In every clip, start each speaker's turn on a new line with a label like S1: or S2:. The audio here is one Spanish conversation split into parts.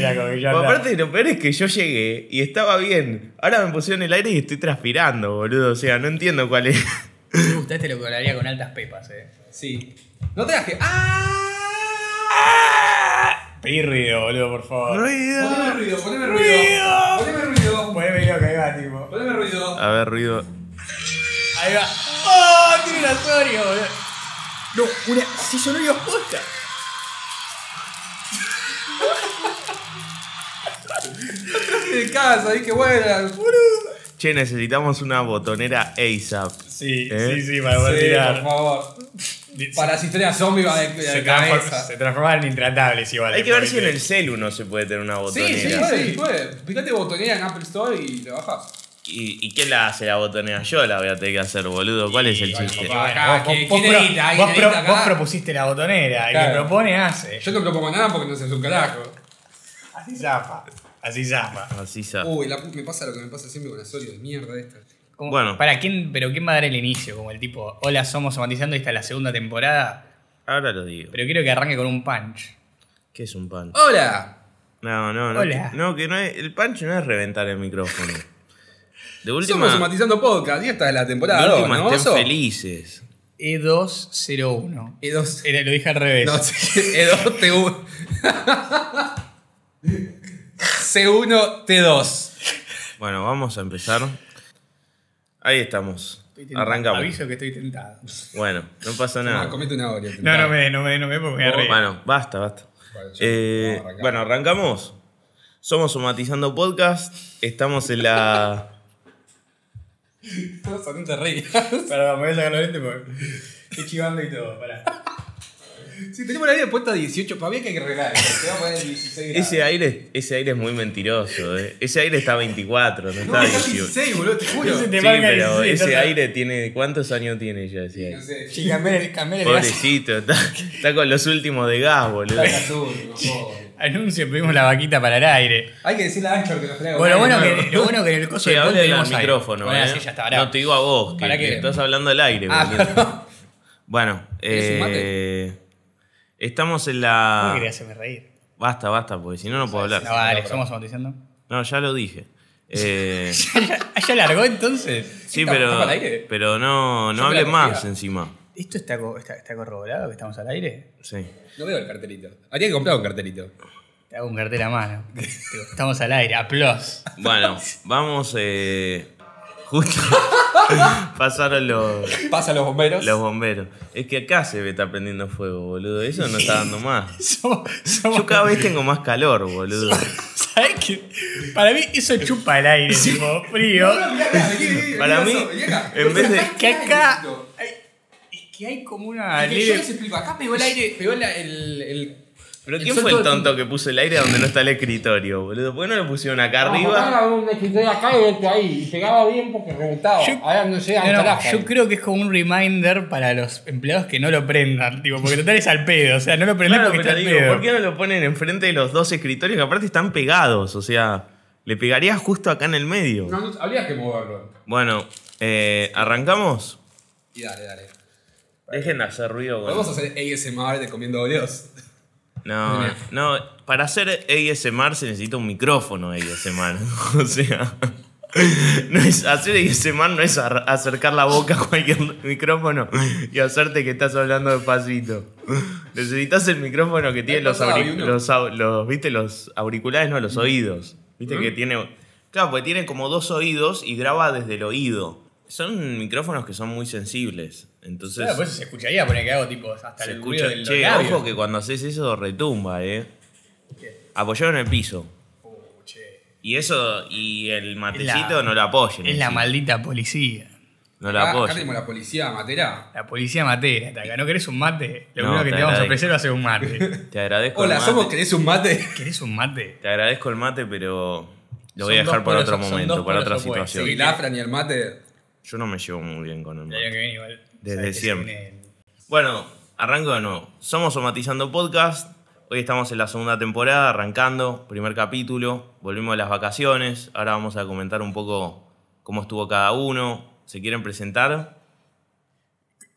S1: Pero aparte lo peor es que yo llegué y estaba bien. Ahora me pusieron el aire y estoy transpirando, boludo. O sea, no entiendo cuál es.
S2: Usted te lo colaría con altas pepas, eh.
S3: Sí. No traje.
S4: ¡Ah! Pirrido, boludo, por favor.
S3: Poneme ruido, poneme ruido. Poneme ruido.
S4: Poneme lo que va, tipo.
S3: Poneme ruido.
S1: A ver, ruido.
S4: Ahí va. ¡Oh! Tiene un Asorio, boludo.
S2: No, una. Si yo no iba a posta.
S3: De casa, dije, bueno.
S1: Che, necesitamos una botonera ASAP.
S4: Sí,
S1: ¿Eh?
S4: sí, sí, para poder
S3: Sí,
S4: tirar.
S3: por favor. Para las historias zombies va de, de
S4: se, transform-
S3: cabeza.
S4: se transforman en intratables igual.
S1: Hay que ver
S4: después,
S1: si en el
S4: ¿viste?
S1: celu no se puede tener una botonera.
S3: Sí, sí, puede, puede. Picate botonera en Apple Store y lo bajas.
S1: ¿Y, y quién la hace la botonera? Yo la voy a tener que hacer, boludo. ¿Cuál es el
S4: Bueno,
S1: chiste?
S4: papá,
S3: Acá,
S4: vos-
S3: ¿quién-
S4: vos
S3: quién
S4: pro-
S3: edita? ¿Alguien
S4: vos
S3: edita
S4: pro-
S3: acá?
S4: vos propusiste la botonera. El que
S3: Claro.
S4: propone hace.
S3: Yo no propongo nada porque no sé un carajo.
S4: Así zafa. Así zafa.
S1: Así sa-
S3: Uy, la pu- me pasa lo que me pasa siempre con Asorio de mierda esta.
S2: Como-
S1: Bueno.
S2: ¿Para quién? ¿Pero quién va a dar el inicio? Como el tipo, hola, somos somatizando y esta es la segunda temporada.
S1: Ahora lo digo.
S2: Pero quiero que arranque con un punch.
S1: ¿Qué es un pan?
S3: ¡Hola!
S1: No, no, no.
S2: Hola.
S1: No, que no es. El pancho no es reventar el micrófono. De última,
S3: Somos Somatizando Podcast y esta es la
S1: de
S3: temporada 2,
S1: última
S3: ¿no?
S1: estén
S3: Oso?
S1: felices.
S2: E E201.
S3: E2.
S2: Era- lo dije al revés.
S3: E No, E E2 T1. C1 T2.
S1: Bueno, vamos a empezar. Ahí estamos.
S2: Estoy tentado.
S1: Arrancamos.
S2: Aviso que estoy tentado.
S1: Bueno, no pasa
S3: Ah,
S1: nada.
S3: comete una Oreo.
S2: No, no me dé, no me dé, no me dé porque me voy a reír.
S1: Bueno, basta, basta.
S3: Vale, ya.
S1: Eh,
S3: Vamos a arrancar.
S1: bueno, arrancamos. Somos Somatizando Podcast. Estamos en la.
S3: Oso, no te rías.
S4: Perdón, me voy a sacar los lentes porque estoy chivando y todo. Pará.
S3: Si tenemos la vida puesta a 18, para mí que hay que arreglar. esto. Te va a poner 16 grados.
S1: Ese aire, ese aire es muy mentiroso. eh. Ese aire está 24, no
S3: No,
S1: está
S3: está
S1: 18.
S3: 16, boludo, te juro.
S4: Ese
S1: Sí,
S4: te marca
S1: pero
S4: 16,
S1: ese
S4: entonces-
S1: aire tiene. ¿Cuántos años tiene ya ese aire?
S3: No sé.
S4: Sí, cambié el- cambié el gas.
S1: Pobrecito, está, está con los últimos de gas, boludo.
S3: Placa azul, no jodas.
S2: Anuncio, pedimos la vaquita para el aire.
S3: Hay que decirle a Anchor que nos traiga.
S2: Bueno,
S3: un
S2: bueno
S3: aire
S2: que, lo bueno que en el coso
S1: Che,
S2: del
S1: hablen al
S2: tenemos aire.
S1: micrófono,
S2: Bueno,
S1: eh.
S2: sí, ya está, pará.
S1: No te digo a vos, que,
S2: ¿Para qué?
S1: que estás hablando al aire,
S3: Ah,
S1: boludo. Bueno,
S3: ¿Querés un
S1: eh, estamos en
S2: ¿Cómo
S1: la.
S2: quería hacerme reír?
S1: Basta, basta, porque si no, no puedo hablar.
S2: No, vale, somos somatizando.
S1: No, ya lo dije. Eh,
S2: Ah, ya largó entonces.
S1: sí,
S3: ¿Está-
S1: pero,
S3: está al aire?
S1: pero no,
S3: Yo
S1: no
S3: me
S1: hable
S3: la
S1: más
S3: confía.
S1: encima.
S2: ¿Esto está, co- está, está corroborado que estamos al aire?
S1: Sí.
S3: nuevo. No veo el cartelito. Habría que comprar un cartelito.
S2: Te hago un cartel a mano. Digo, estamos al aire, aplausos.
S1: Bueno, vamos. eh, justo pasaron los,
S3: Pasa a los bomberos.
S1: los bomberos. Es que acá se ve está prendiendo fuego, boludo. Eso no está dando más.
S2: Somos, somos-
S1: Yo cada vez tengo más calor, boludo.
S2: ¿Sabés qué? Para mí eso chupa el aire, tipo frío.
S1: Para mí, en vez de-
S2: Que acá- Es que hay como una
S3: yo
S2: leve-
S3: les explico, acá pegó el aire, pegó la- el, el-
S1: Pero
S3: el
S1: ¿quién fue
S3: sol
S1: el
S3: todo
S1: tonto que puso el aire donde no está el escritorio, boludo? ¿Por qué no lo pusieron acá arriba?
S3: Acá, un escritorio acá y este ahí, y pegaba bien porque reventaba.
S2: Yo-
S3: Ahora no llega
S2: No,
S3: un
S2: no,
S3: carajo.
S2: yo creo que es como un reminder para los empleados que no lo prendan, tipo, porque total es al pedo, o sea, no lo prendés
S1: Claro,
S2: porque está
S1: pero
S2: al
S1: digo,
S2: pedo.
S1: ¿por qué no lo ponen enfrente de los dos escritorios que aparte están pegados? O sea, le pegaría justo acá en el medio.
S3: No, no, habría que moverlo.
S1: Bueno, eh, ¿arrancamos?
S3: Y dale, dale.
S1: Dejen de hacer ruido con...
S3: Podemos hacer ASMR de comiendo Oreos.
S1: No,
S3: Mira.
S1: no, para hacer ASMR se necesita un micrófono ASMR. O sea, no es, hacer ASMR no es ar- acercar la boca a cualquier micrófono y hacerte que estás hablando despacito. Necesitas el micrófono que tiene los,
S3: pasaba,
S1: auri-
S3: vi uno.
S1: los, au- los, ¿viste? los auriculares, no, los oídos. Viste que tiene. Claro, porque tiene como dos oídos y graba desde el oído. Son micrófonos que son muy sensibles. Entonces.
S2: Claro, por eso pues se escucharía, poner que hago tipo hasta
S1: Se
S2: el ruido
S1: escucha.
S2: del
S1: Che,
S2: labios.
S1: ojo que cuando haces eso retumba, eh. Apoyado en el piso.
S2: Oh, che.
S1: Y eso, y el matecito
S2: la-
S1: no lo apoyen.
S2: Es la Ah,
S1: encima.
S2: maldita policía.
S1: No lo
S3: Acá, acá
S1: apoyen.
S3: tenemos la policía matera.
S2: La policía matera, está acá. ¿No querés un mate? Lo
S1: No,
S2: único que
S1: te
S2: te vamos a
S1: agradezco.
S2: ofrecer va a ser un mate.
S1: Te agradezco
S3: Hola,
S1: el mate.
S3: somos ¿querés un mate?
S2: ¿Querés un mate?
S1: Te agradezco el mate, pero lo
S2: Son
S1: voy a dejar
S2: dos
S1: para
S2: polos-
S1: otro
S2: son
S1: momento,
S2: dos pues,
S1: para otra
S2: polos opuestos,
S1: situación.
S3: Sí,
S2: sí.
S3: el afra ni el mate.
S1: Yo no me llevo muy bien con el
S2: El año
S1: mate.
S2: que viene igual.
S1: Desde
S2: Sabes que se
S1: siempre.
S2: viene el-
S1: Bueno, arranco de nuevo. Somos Somatizando Podcast. Hoy estamos en la segunda temporada, arrancando, primer capítulo. Volvimos a las vacaciones. Ahora vamos a comentar un poco cómo estuvo cada uno. ¿Se quieren presentar?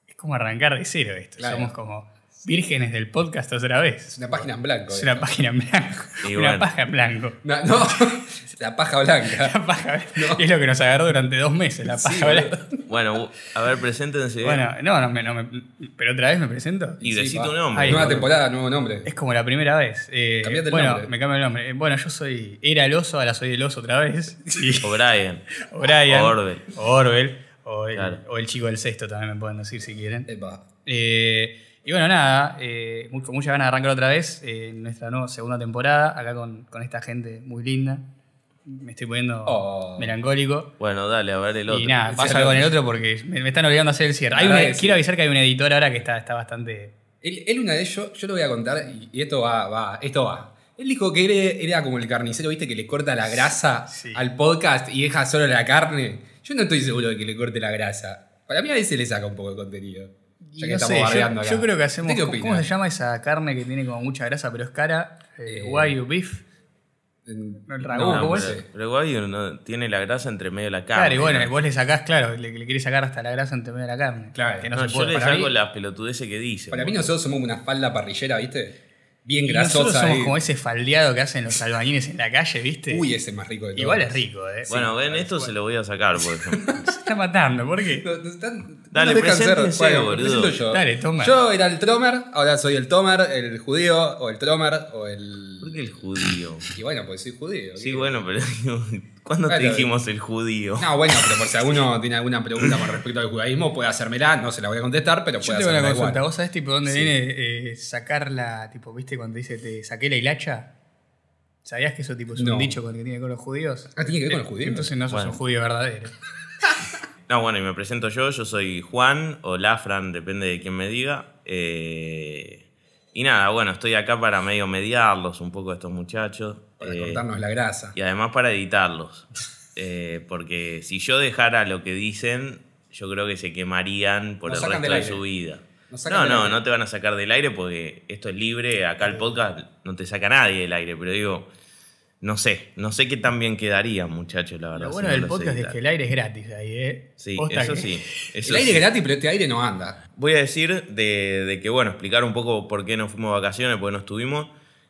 S2: Es como arrancar de cero esto.
S3: Claro.
S2: Somos como Vírgenes del podcast otra
S3: Es
S2: vez.
S3: una página en blanco.
S2: Es
S3: eh.
S2: una página en blanco.
S1: Y
S2: una
S1: bueno.
S2: paja en blanco.
S3: No, no. la paja blanca.
S2: La paja. Y es lo que nos agarró durante dos meses, la paja
S3: Sí,
S2: blanca.
S3: boludo.
S1: Bueno, a ver, preséntense.
S2: Bueno, no, no, me, no me- pero otra vez me presento.
S1: y
S3: Sí,
S1: decite
S3: pa.
S1: un nombre.
S2: Ahí.
S3: Nueva temporada, nuevo nombre.
S2: Es como la primera vez. Eh,
S3: Cambiate el
S2: bueno,
S3: nombre.
S2: me cambio el nombre. Eh, Bueno, yo soy. Era el oso, ahora soy el oso otra vez. Y
S1: O'Brien.
S2: O'Brien.
S1: Orwell.
S2: o Orwell. O el,
S1: Claro.
S2: o el chico del sexto también me pueden decir si quieren.
S3: Epa.
S2: Eh, y bueno, nada, eh, muy- con muchas ganas de arrancar otra vez eh, nuestra nueva segunda temporada, acá con, con esta gente muy linda. Me estoy poniendo
S3: Oh.
S2: melancólico.
S1: Bueno, dale, a ver el otro.
S2: Y nada,
S3: Sí,
S2: pasa
S3: el
S2: con el
S3: otro.
S2: otro porque me, me están obligando a hacer el cierre.
S3: La
S2: Hay
S3: verdad
S2: una-
S3: que sí.
S2: quiero avisar que hay un editor ahora que está, está bastante.
S3: Él, él una de ellos, yo lo voy a contar, y, y esto va, va, esto va. Él dijo que era, era como el carnicero, viste, que le corta la grasa
S2: Sí.
S3: al podcast y deja solo la carne. Yo no estoy seguro de que le corte la grasa. Para mí a veces le saca un poco de contenido. Ya que
S2: no
S3: estamos
S2: sé,
S3: bardeando
S2: yo,
S3: acá.
S2: yo creo que hacemos.
S3: ¿Usted qué
S2: ¿Cómo
S3: opina?
S2: cómo se llama esa carne que tiene como mucha grasa pero es cara? Eh,
S3: Eh,
S2: Wagyu beef.
S3: En-
S2: El
S1: No,
S2: ragú,
S3: no,
S2: ¿cómo
S1: pero-
S2: es?
S3: sé.
S1: pero Wagyu no tiene la grasa entre medio de la carne.
S2: Claro,
S3: eh,
S2: y bueno,
S1: ¿no?
S2: vos le sacás, claro, le, le querés sacar hasta la grasa entre medio de la carne.
S3: Claro.
S2: que no,
S1: No,
S2: se
S1: yo
S2: puede.
S1: le
S2: Para mí-
S1: saco las pelotudeces que dice.
S3: Para mí
S1: boludo.
S3: nosotros somos una falda parrillera, viste. Bien
S2: y nosotros
S3: grasosa.
S2: somos
S3: ahí.
S2: como ese faldeado que hacen los albañiles en la calle, ¿viste?
S3: Uy, ese es más rico de todos.
S2: Igual es rico, ¿eh?
S1: Bueno, ven, esto se lo voy a sacar, por ejemplo.
S2: Se está matando, ¿por qué?
S3: No, no están- no
S1: Dale,
S3: nos dejan ser.
S1: preséntense,
S3: Bueno, me
S1: boludo.
S3: presento yo.
S2: Dale, Tomer.
S3: Yo era el Tromer, ahora soy el Tomer, el judío, o el Tromer, o el.
S1: ¿Por qué el judío?
S3: Y bueno, pues soy judío.
S1: Sí,
S3: ¿qué?
S1: bueno, pero digo, ¿cuándo te
S3: Claro.
S1: dijimos el judío?
S3: No, bueno, pero por si alguno tiene alguna pregunta con respecto al judaísmo, puede hacérmela, no se la voy a contestar, pero
S2: Yo
S3: puede
S2: tengo una
S3: hacérmela
S2: consulta.
S3: igual.
S2: ¿Vos sabés tipo dónde viene eh, sacar la, tipo, viste cuando te dice te saqué la hilacha? ¿Sabías que eso tipo es un
S3: No.
S2: dicho con el que tiene que ver con los judíos?
S3: Ah, tiene que ver con los judíos.
S2: Eh, Entonces no sos
S1: Bueno.
S2: un judío verdadero.
S1: No, bueno, y me presento yo, yo soy Juan o Lafran, depende de quién me diga. Eh, y nada, bueno, estoy acá para medio mediarlos un poco a estos muchachos.
S3: para
S1: eh,
S3: cortarnos la grasa.
S1: y además para editarlos. Eh, porque si yo dejara lo que dicen, yo creo que se quemarían por
S3: Nos
S1: el
S3: sacan
S1: resto de
S3: del aire.
S1: su vida.
S3: Nos sacan
S1: No,
S3: del
S1: no,
S3: aire.
S1: no te van a sacar del aire porque esto es libre. Acá el podcast no te saca nadie del aire, pero digo, no sé, no sé qué tan bien quedaría, muchachos, la verdad.
S2: Lo
S1: si
S2: bueno
S1: no
S2: del
S1: los
S2: podcast es
S1: editan.
S2: que el aire es gratis ahí, ¿eh?
S1: Sí,
S2: Posta
S1: eso
S2: que-
S1: sí. eso
S3: El aire
S1: sí.
S3: es gratis, pero este aire no anda.
S1: Voy a decir de, de que, bueno, explicar un poco por qué nos fuimos de vacaciones, por qué no estuvimos.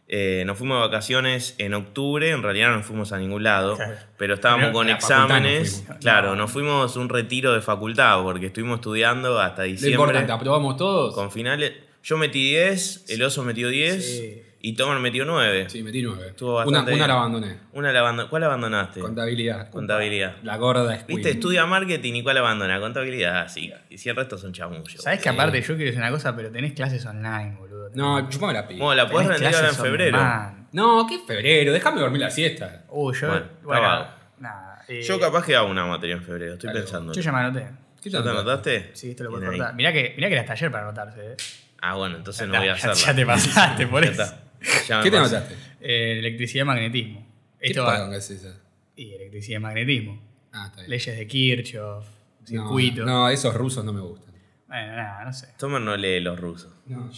S1: Eh, nos fuimos de vacaciones en octubre, en realidad no nos fuimos a ningún lado,
S2: Claro.
S1: pero estábamos
S3: Pero
S1: con
S3: a la facultad nos
S1: exámenes.
S3: fuimos.
S1: claro, nos fuimos a un retiro de facultad porque estuvimos estudiando hasta
S3: Lo
S1: diciembre.
S3: importante, aprobamos todos.
S1: con finales. Yo metí 10, el oso metió 10
S2: Sí.
S1: y Tomer metió 9.
S3: Sí, metí nueve.
S1: Estuvo
S3: Una,
S1: bastante
S3: una la
S1: bien.
S3: abandoné.
S1: Una la abando- ¿Cuál abandonaste?
S3: Contabilidad.
S1: Contabilidad.
S3: La gorda es
S1: Viste, estudia marketing y cuál abandona, contabilidad, ah, sí. Y si el resto son chamullos.
S2: ¿Sabés que aparte yo quiero decir una cosa, pero tenés clases online, boludo?
S3: No, chupame la pila.
S1: Bueno, la podés
S2: Tenés
S1: rendir ahora en
S2: clases
S1: febrero.
S2: online.
S3: No, qué febrero, déjame dormir la siesta.
S2: Uy, yo.
S1: Bueno,
S2: Bueno,
S1: trabajo.
S2: nada. eh,
S1: Yo capaz que hago una materia en febrero, estoy
S3: Claro.
S1: pensando.
S2: Yo ya me anoté.
S3: ¿Qué
S1: ¿Ya te
S3: tanto?
S1: anotaste?
S2: Sí, esto lo puedo
S1: Bien ahí.
S2: cortar. Mirá que, mirá que era hasta ayer para anotarse, ¿eh?
S1: Ah, bueno, entonces no
S2: Ya-
S1: voy a
S2: ya,
S1: hacerla.
S2: ya te pasaste por
S1: Ya
S2: eso.
S1: está. Ya me
S3: ¿Qué te
S1: pasé.
S3: anotaste?
S2: Eh, electricidad y magnetismo.
S3: ¿Qué
S2: Esto va-
S3: pagan que es esa?
S2: Y electricidad y magnetismo.
S3: Ah, está bien.
S2: Leyes de Kirchhoff,
S3: No,
S2: circuito.
S3: No, esos rusos no me gustan.
S2: Bueno, nada, no sé.
S1: Tomer no lee los rusos.
S3: No,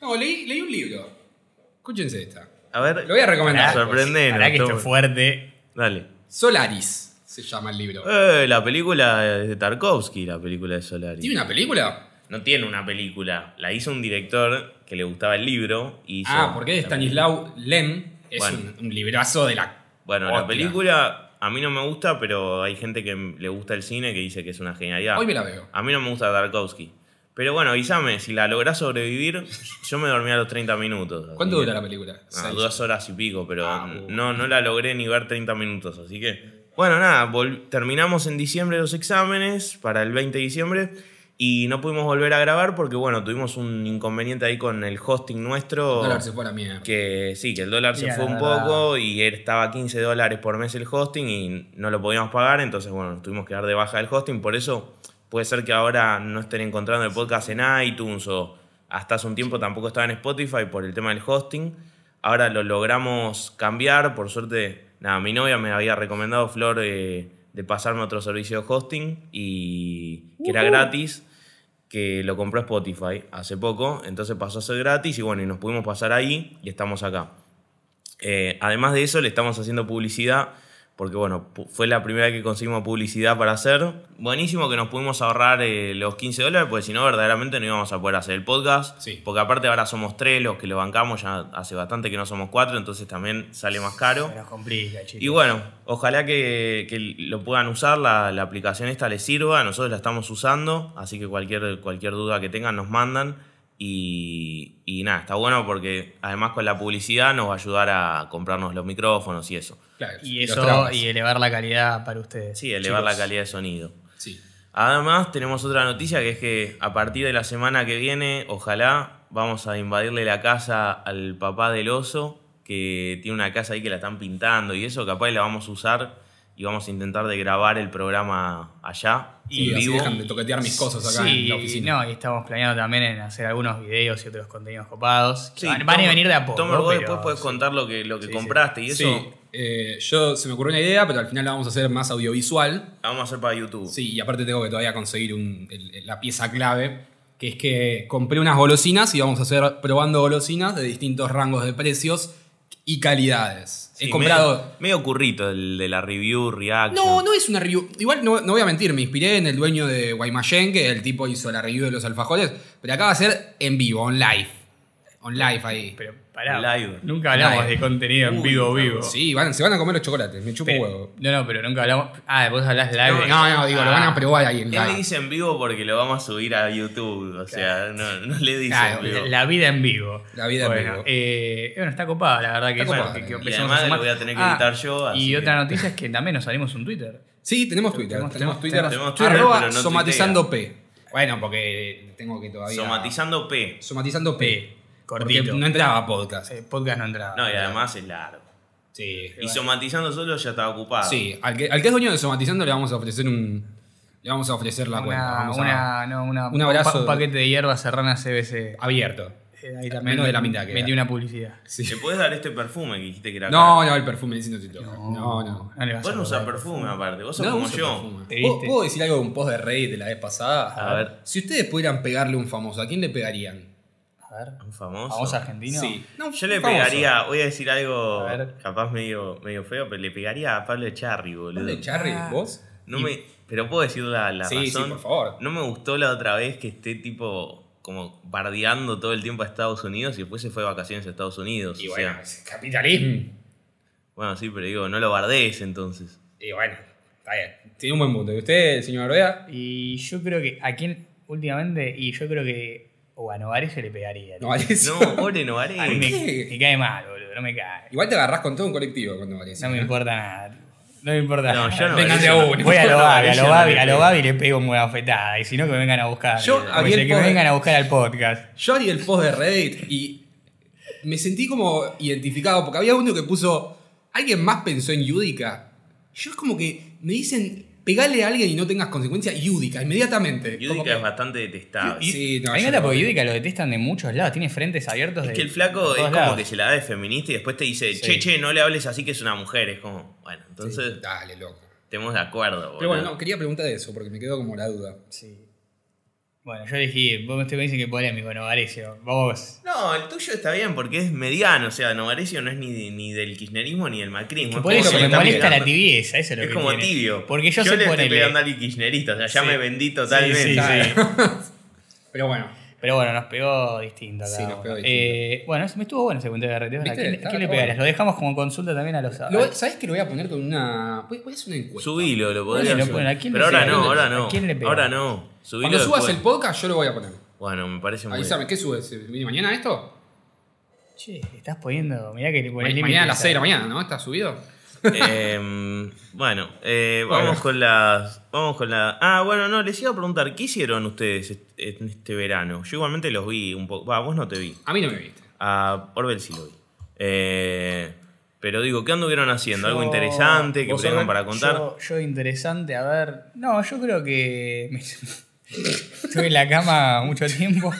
S3: no leí, leí un libro. Escúchense esta.
S1: A ver,
S3: Lo voy a recomendar. pues.
S1: sorprendenos.
S2: Pará que esto
S1: Tomer.
S2: es fuerte.
S1: Dale.
S3: Solaris se llama el libro.
S1: Eh, la película de Tarkovsky, la película de Solari.
S3: ¿Tiene una película?
S1: No tiene una película. La hizo un director que le gustaba el libro. y hizo
S3: ah, porque
S1: la
S3: es Stanislaw Lem. Es
S1: Bueno.
S3: un, un librazo de la.
S1: Bueno, la
S3: Hostia.
S1: película a mí no me gusta, pero hay gente que le gusta el cine que dice que es una genialidad.
S3: Hoy me la veo.
S1: A mí no me gusta Tarkovsky. Pero bueno, avísame, si la lográs sobrevivir, yo me dormí a los 30 minutos. así
S3: ¿Cuánto
S1: que-
S3: dura la película?
S1: Ah,
S3: Seis.
S1: dos horas y pico, pero
S3: Ah,
S1: n-
S3: uh.
S1: no, no la logré ni ver 30 minutos, así que... Bueno, nada, vol- terminamos en diciembre los exámenes para el 20 de diciembre y no pudimos volver a grabar porque, bueno, tuvimos un inconveniente ahí con el hosting nuestro.
S3: El dólar se fue a la mierda.
S1: Que sí, que el dólar se
S2: Ya,
S1: fue
S2: la
S1: un
S2: verdad.
S1: poco y él estaba a 15 dólares por mes el hosting y no lo podíamos pagar, entonces bueno, nos tuvimos que dar de baja del hosting, por eso puede ser que ahora no estén encontrando el podcast en iTunes o hasta hace un tiempo tampoco estaba en Spotify por el tema del hosting. Ahora lo logramos cambiar, por suerte, nada, mi novia me había recomendado, Flor, eh, de pasarme a otro servicio de hosting y que era gratis que lo compró Spotify hace poco, entonces pasó a ser gratis y bueno, y nos pudimos pasar ahí y estamos acá. Eh, además de eso, le estamos haciendo publicidad Porque bueno, pu- fue la primera vez que conseguimos publicidad para hacer. Buenísimo que nos pudimos ahorrar eh, los 15 dólares, porque si no, verdaderamente no íbamos a poder hacer el podcast.
S3: Sí.
S1: Porque aparte ahora somos tres los que lo bancamos, ya hace bastante que no somos cuatro, entonces también sale más caro.
S2: Se nos complica, chicos.
S1: Y bueno, ojalá que, que lo puedan usar, la, la aplicación esta les sirva, nosotros la estamos usando, así que cualquier, cualquier duda que tengan nos mandan. Y, y nada, está bueno porque además con la publicidad nos va a ayudar a comprarnos los micrófonos y eso.
S3: Claro,
S2: Y
S3: los
S2: eso,
S3: traumas.
S2: y elevar la calidad para ustedes.
S1: Sí, elevar la calidad de sonido.
S3: Sí.
S1: Además, tenemos otra noticia que es que a partir de la semana que viene, ojalá, vamos a invadirle la casa al papá del oso, que tiene una casa ahí que la están pintando y eso, capaz la vamos a usar y vamos a intentar de grabar el programa allá,
S3: Y
S1: en
S3: así
S1: vivo.
S3: dejan de toquetear mis cosas acá
S2: sí,
S3: en la oficina.
S2: no, y estamos planeando también en hacer algunos videos y otros contenidos copados. que
S1: Sí,
S2: van, van a
S1: Tomer-
S2: venir de a poco.
S1: Tomer, vos
S2: pero-
S1: después puedes contar lo que, lo que
S2: Sí, sí.
S1: compraste y eso
S3: Sí, eh, yo se me ocurrió una idea, pero al final la vamos a hacer más audiovisual.
S1: la vamos a hacer para YouTube.
S3: Sí, y aparte tengo que todavía conseguir un- el- el- la pieza clave, que es que compré unas golosinas y vamos a hacer probando golosinas de distintos rangos de precios y calidades.
S1: Sí,
S3: He comprado...
S1: Medio, medio currito el de la review, reaction.
S3: No, no es una review. Igual no, no voy a mentir, me inspiré en el dueño de Guaymallén, que el tipo hizo la review de los alfajores, pero acá va a ser en vivo, on live. On live ahí.
S2: Pero pará,
S1: Live.
S2: nunca hablamos
S3: Live.
S2: de contenido en vivo vivo.
S3: Sí, van, se van a comer los chocolates, me chupo
S2: Pero-
S3: huevo.
S2: No, no, pero nunca hablamos. Ah, vos hablás live. Ah,
S3: No, no, digo, lo van a probar ahí en
S1: Él le
S3: live.
S1: dice en vivo porque lo vamos a subir a YouTube, o sea, no, no le dice
S3: Claro,
S1: en vivo.
S2: La, la vida en vivo.
S3: La vida en
S2: Bueno,
S3: vivo.
S2: eh, bueno, está copada, la verdad que,
S3: Está
S2: bueno,
S3: copada.
S2: que- que
S3: Y
S2: empecemos
S1: además
S2: sumar. Ah,
S1: lo voy a tener que editar yo, así
S2: Y
S1: que-
S2: otra noticia es que también nos salimos un Twitter.
S3: Sí, tenemos Twitter.
S2: Tenemos-
S3: Tenemos,
S2: tenemos-
S3: Twitter.
S1: tenemos Twitter,
S3: arroba
S1: pero no
S3: somatizando P. Bueno, porque tengo que todavía.
S1: Somatizando P.
S3: Somatizando P. Porque
S2: Cortito.
S3: no entraba podcast.
S2: Eh, podcast no entraba.
S1: No, y además es largo.
S3: Sí.
S1: Y somatizando solo ya estaba
S2: ah.
S1: ocupado.
S3: Sí, al que, al que es dueño de somatizando le vamos a ofrecer un. Le vamos a ofrecer la cuenta.
S2: una,
S3: Vamos a-
S2: una, no, una-
S3: un abrazo. Ah,
S2: pa- un paquete de hierbas serranas CBC.
S3: abierto.
S2: Eh, Ahí también
S3: Menos de la mitad queda.
S2: metí una publicidad.
S3: Sí.
S1: ¿Te puedes dar este perfume que dijiste que era
S3: No,
S1: caro?
S3: no, el perfume, el te No, no. no.
S2: le vas
S1: Vos
S2: a
S1: no usás
S2: robar.
S1: perfume aparte, vos sos
S3: No
S1: como
S3: uso
S1: yo.
S3: perfume.
S2: ¿Te
S3: ¿Puedo,
S2: viste?
S3: puedo decir algo de un post de Reddit de la vez pasada?
S1: A ver.
S3: Si ustedes pudieran pegarle un famoso, ¿a quién le pegarían?
S2: A ver,
S1: Un famoso.
S2: famoso argentino.
S3: No,
S1: Yo le
S3: un famoso.
S1: pegaría, voy a decir algo
S2: A ver.
S1: capaz medio, medio feo, pero le pegaría a Pablo Echarri, boludo.
S3: ¿Dónde, Charry?
S2: Ah.
S3: ¿Vos?
S1: No me, pero puedo decir la, la
S3: Sí, sí,
S1: razón.
S3: por favor.
S1: No me gustó la otra vez que esté tipo como bardeando todo el tiempo a Estados Unidos y después se fue de vacaciones a Estados Unidos.
S3: Y
S1: o
S3: bueno,
S1: sea.
S3: es
S2: Mm.
S3: capitalismo.
S1: bueno, sí, pero digo, no lo bardees entonces.
S3: Y bueno, está bien. Tiene un buen punto. ¿Y usted, señor Arbea?
S2: Y yo creo que a quién últimamente, y yo creo que o a Novares se le pegaría.
S3: No vale eso.
S1: No, pobre Novarés.
S2: A mí me,
S3: ¿Qué?
S2: me cae mal, boludo, no me cae.
S3: Igual te agarrás con todo un colectivo cuando vale eso,
S2: No me importa nada. tío. No me importa.
S1: No,
S2: nada.
S1: yo no.
S3: Vengan de
S1: yo no.
S3: a uno.
S2: Voy a lo
S1: No,
S2: Babi, a
S1: yo
S2: lo
S1: no
S2: Babi,
S1: le
S2: a lo
S1: creo.
S2: Babi le pego una bofetada. Y si no, que me vengan a buscar.
S3: Yo
S2: Como
S3: había
S2: dice,
S3: el
S2: que me
S3: poder-
S2: vengan a buscar al podcast.
S3: Yo haría el post de Reddit y me sentí como identificado porque había uno que puso, alguien más pensó en Yudica. Yo es como que me dicen, pegale a alguien y no tengas consecuencias, Yudica, inmediatamente. Como
S1: Yudica
S3: que-
S1: es bastante detestable.
S3: Y- Sí, no,
S2: a mí me
S3: yo
S2: encanta
S3: no.
S2: porque Yudica lo detestan de muchos lados. Tiene frentes abiertos.
S1: Es
S2: de-
S1: que el
S2: de
S1: flaco
S2: todos
S1: es como
S2: lados.
S1: que se la da de feminista y después te dice, che, che, no le hables así que es una mujer. Es como, bueno, entonces
S3: Dale, loco.
S1: estemos de acuerdo.
S3: Pero bueno,
S1: boludo.
S3: no, quería preguntar eso porque me quedó como la duda.
S2: Sí. Bueno, yo elegí. Vos me dicen que polémico, Novarecio. Vos.
S1: No, el tuyo está bien porque es mediano. O sea, Novarecio no es ni, ni del kirchnerismo ni del macrismo. es
S2: Por
S1: como
S2: eso
S1: que
S2: me
S1: está
S2: molesta la
S1: pegando-
S2: tibieza, eso es lo
S1: Es
S2: que
S1: como
S2: tiene.
S1: tibio.
S2: Porque yo,
S1: le
S2: sé
S1: estoy pegando
S2: ponerle.
S1: al kirchnerista, o sea, ya
S2: Sí.
S1: me bendí
S2: Sí,
S1: totalmente.
S2: sí, sí.
S3: Pero bueno,
S2: Pero bueno, nos pegó distinto acá.
S3: Sí, nos pegó
S2: Eh, bueno, me estuvo bueno ese comentario de RT. ¿verdad? ¿A
S3: ¿Viste?
S2: quién,
S3: Está-
S2: a quién le
S3: está
S2: pegarías?
S3: bueno.
S2: Lo dejamos como consulta también a los a-
S3: lo- ¿sabés que lo voy a poner con una... Voy voy a hacer una encuesta.
S1: Subilo, lo podría
S2: Ponelo,
S1: subir.
S2: ponelo, ¿a quién
S1: Pero
S2: le
S1: ahora
S2: pega?
S1: no,
S2: ¿A
S1: ahora
S2: quién
S1: no.
S2: le pega?
S1: Ahora no. Subilo
S3: Cuando subas
S1: después.
S3: el podcast yo lo voy a poner.
S1: Bueno, me parece muy
S3: Avísame, ¿qué subes? ¿Viene mañana esto?
S2: Che, le estás poniendo. Mirá que le
S3: Ma-
S2: ponés límites
S3: mañana a las 6 de la mañana, ¿no? ¿Está subido?
S1: Eh, bueno, eh,
S3: Bueno.
S1: vamos con las. Vamos con la. Ah, bueno, no, les iba a preguntar, ¿qué hicieron ustedes est- en este verano? Yo igualmente los vi un poco. Va, vos no te vi.
S3: A mí no me viste.
S1: A Orbel sí lo vi. Eh, pero digo, ¿qué anduvieron haciendo? ¿Algo
S2: Yo-
S1: interesante que
S3: ¿Vos,
S1: tengan
S3: Orbel?
S1: para contar?
S2: Yo, yo interesante, a ver. No, yo creo que. me- estuve en la cama mucho tiempo.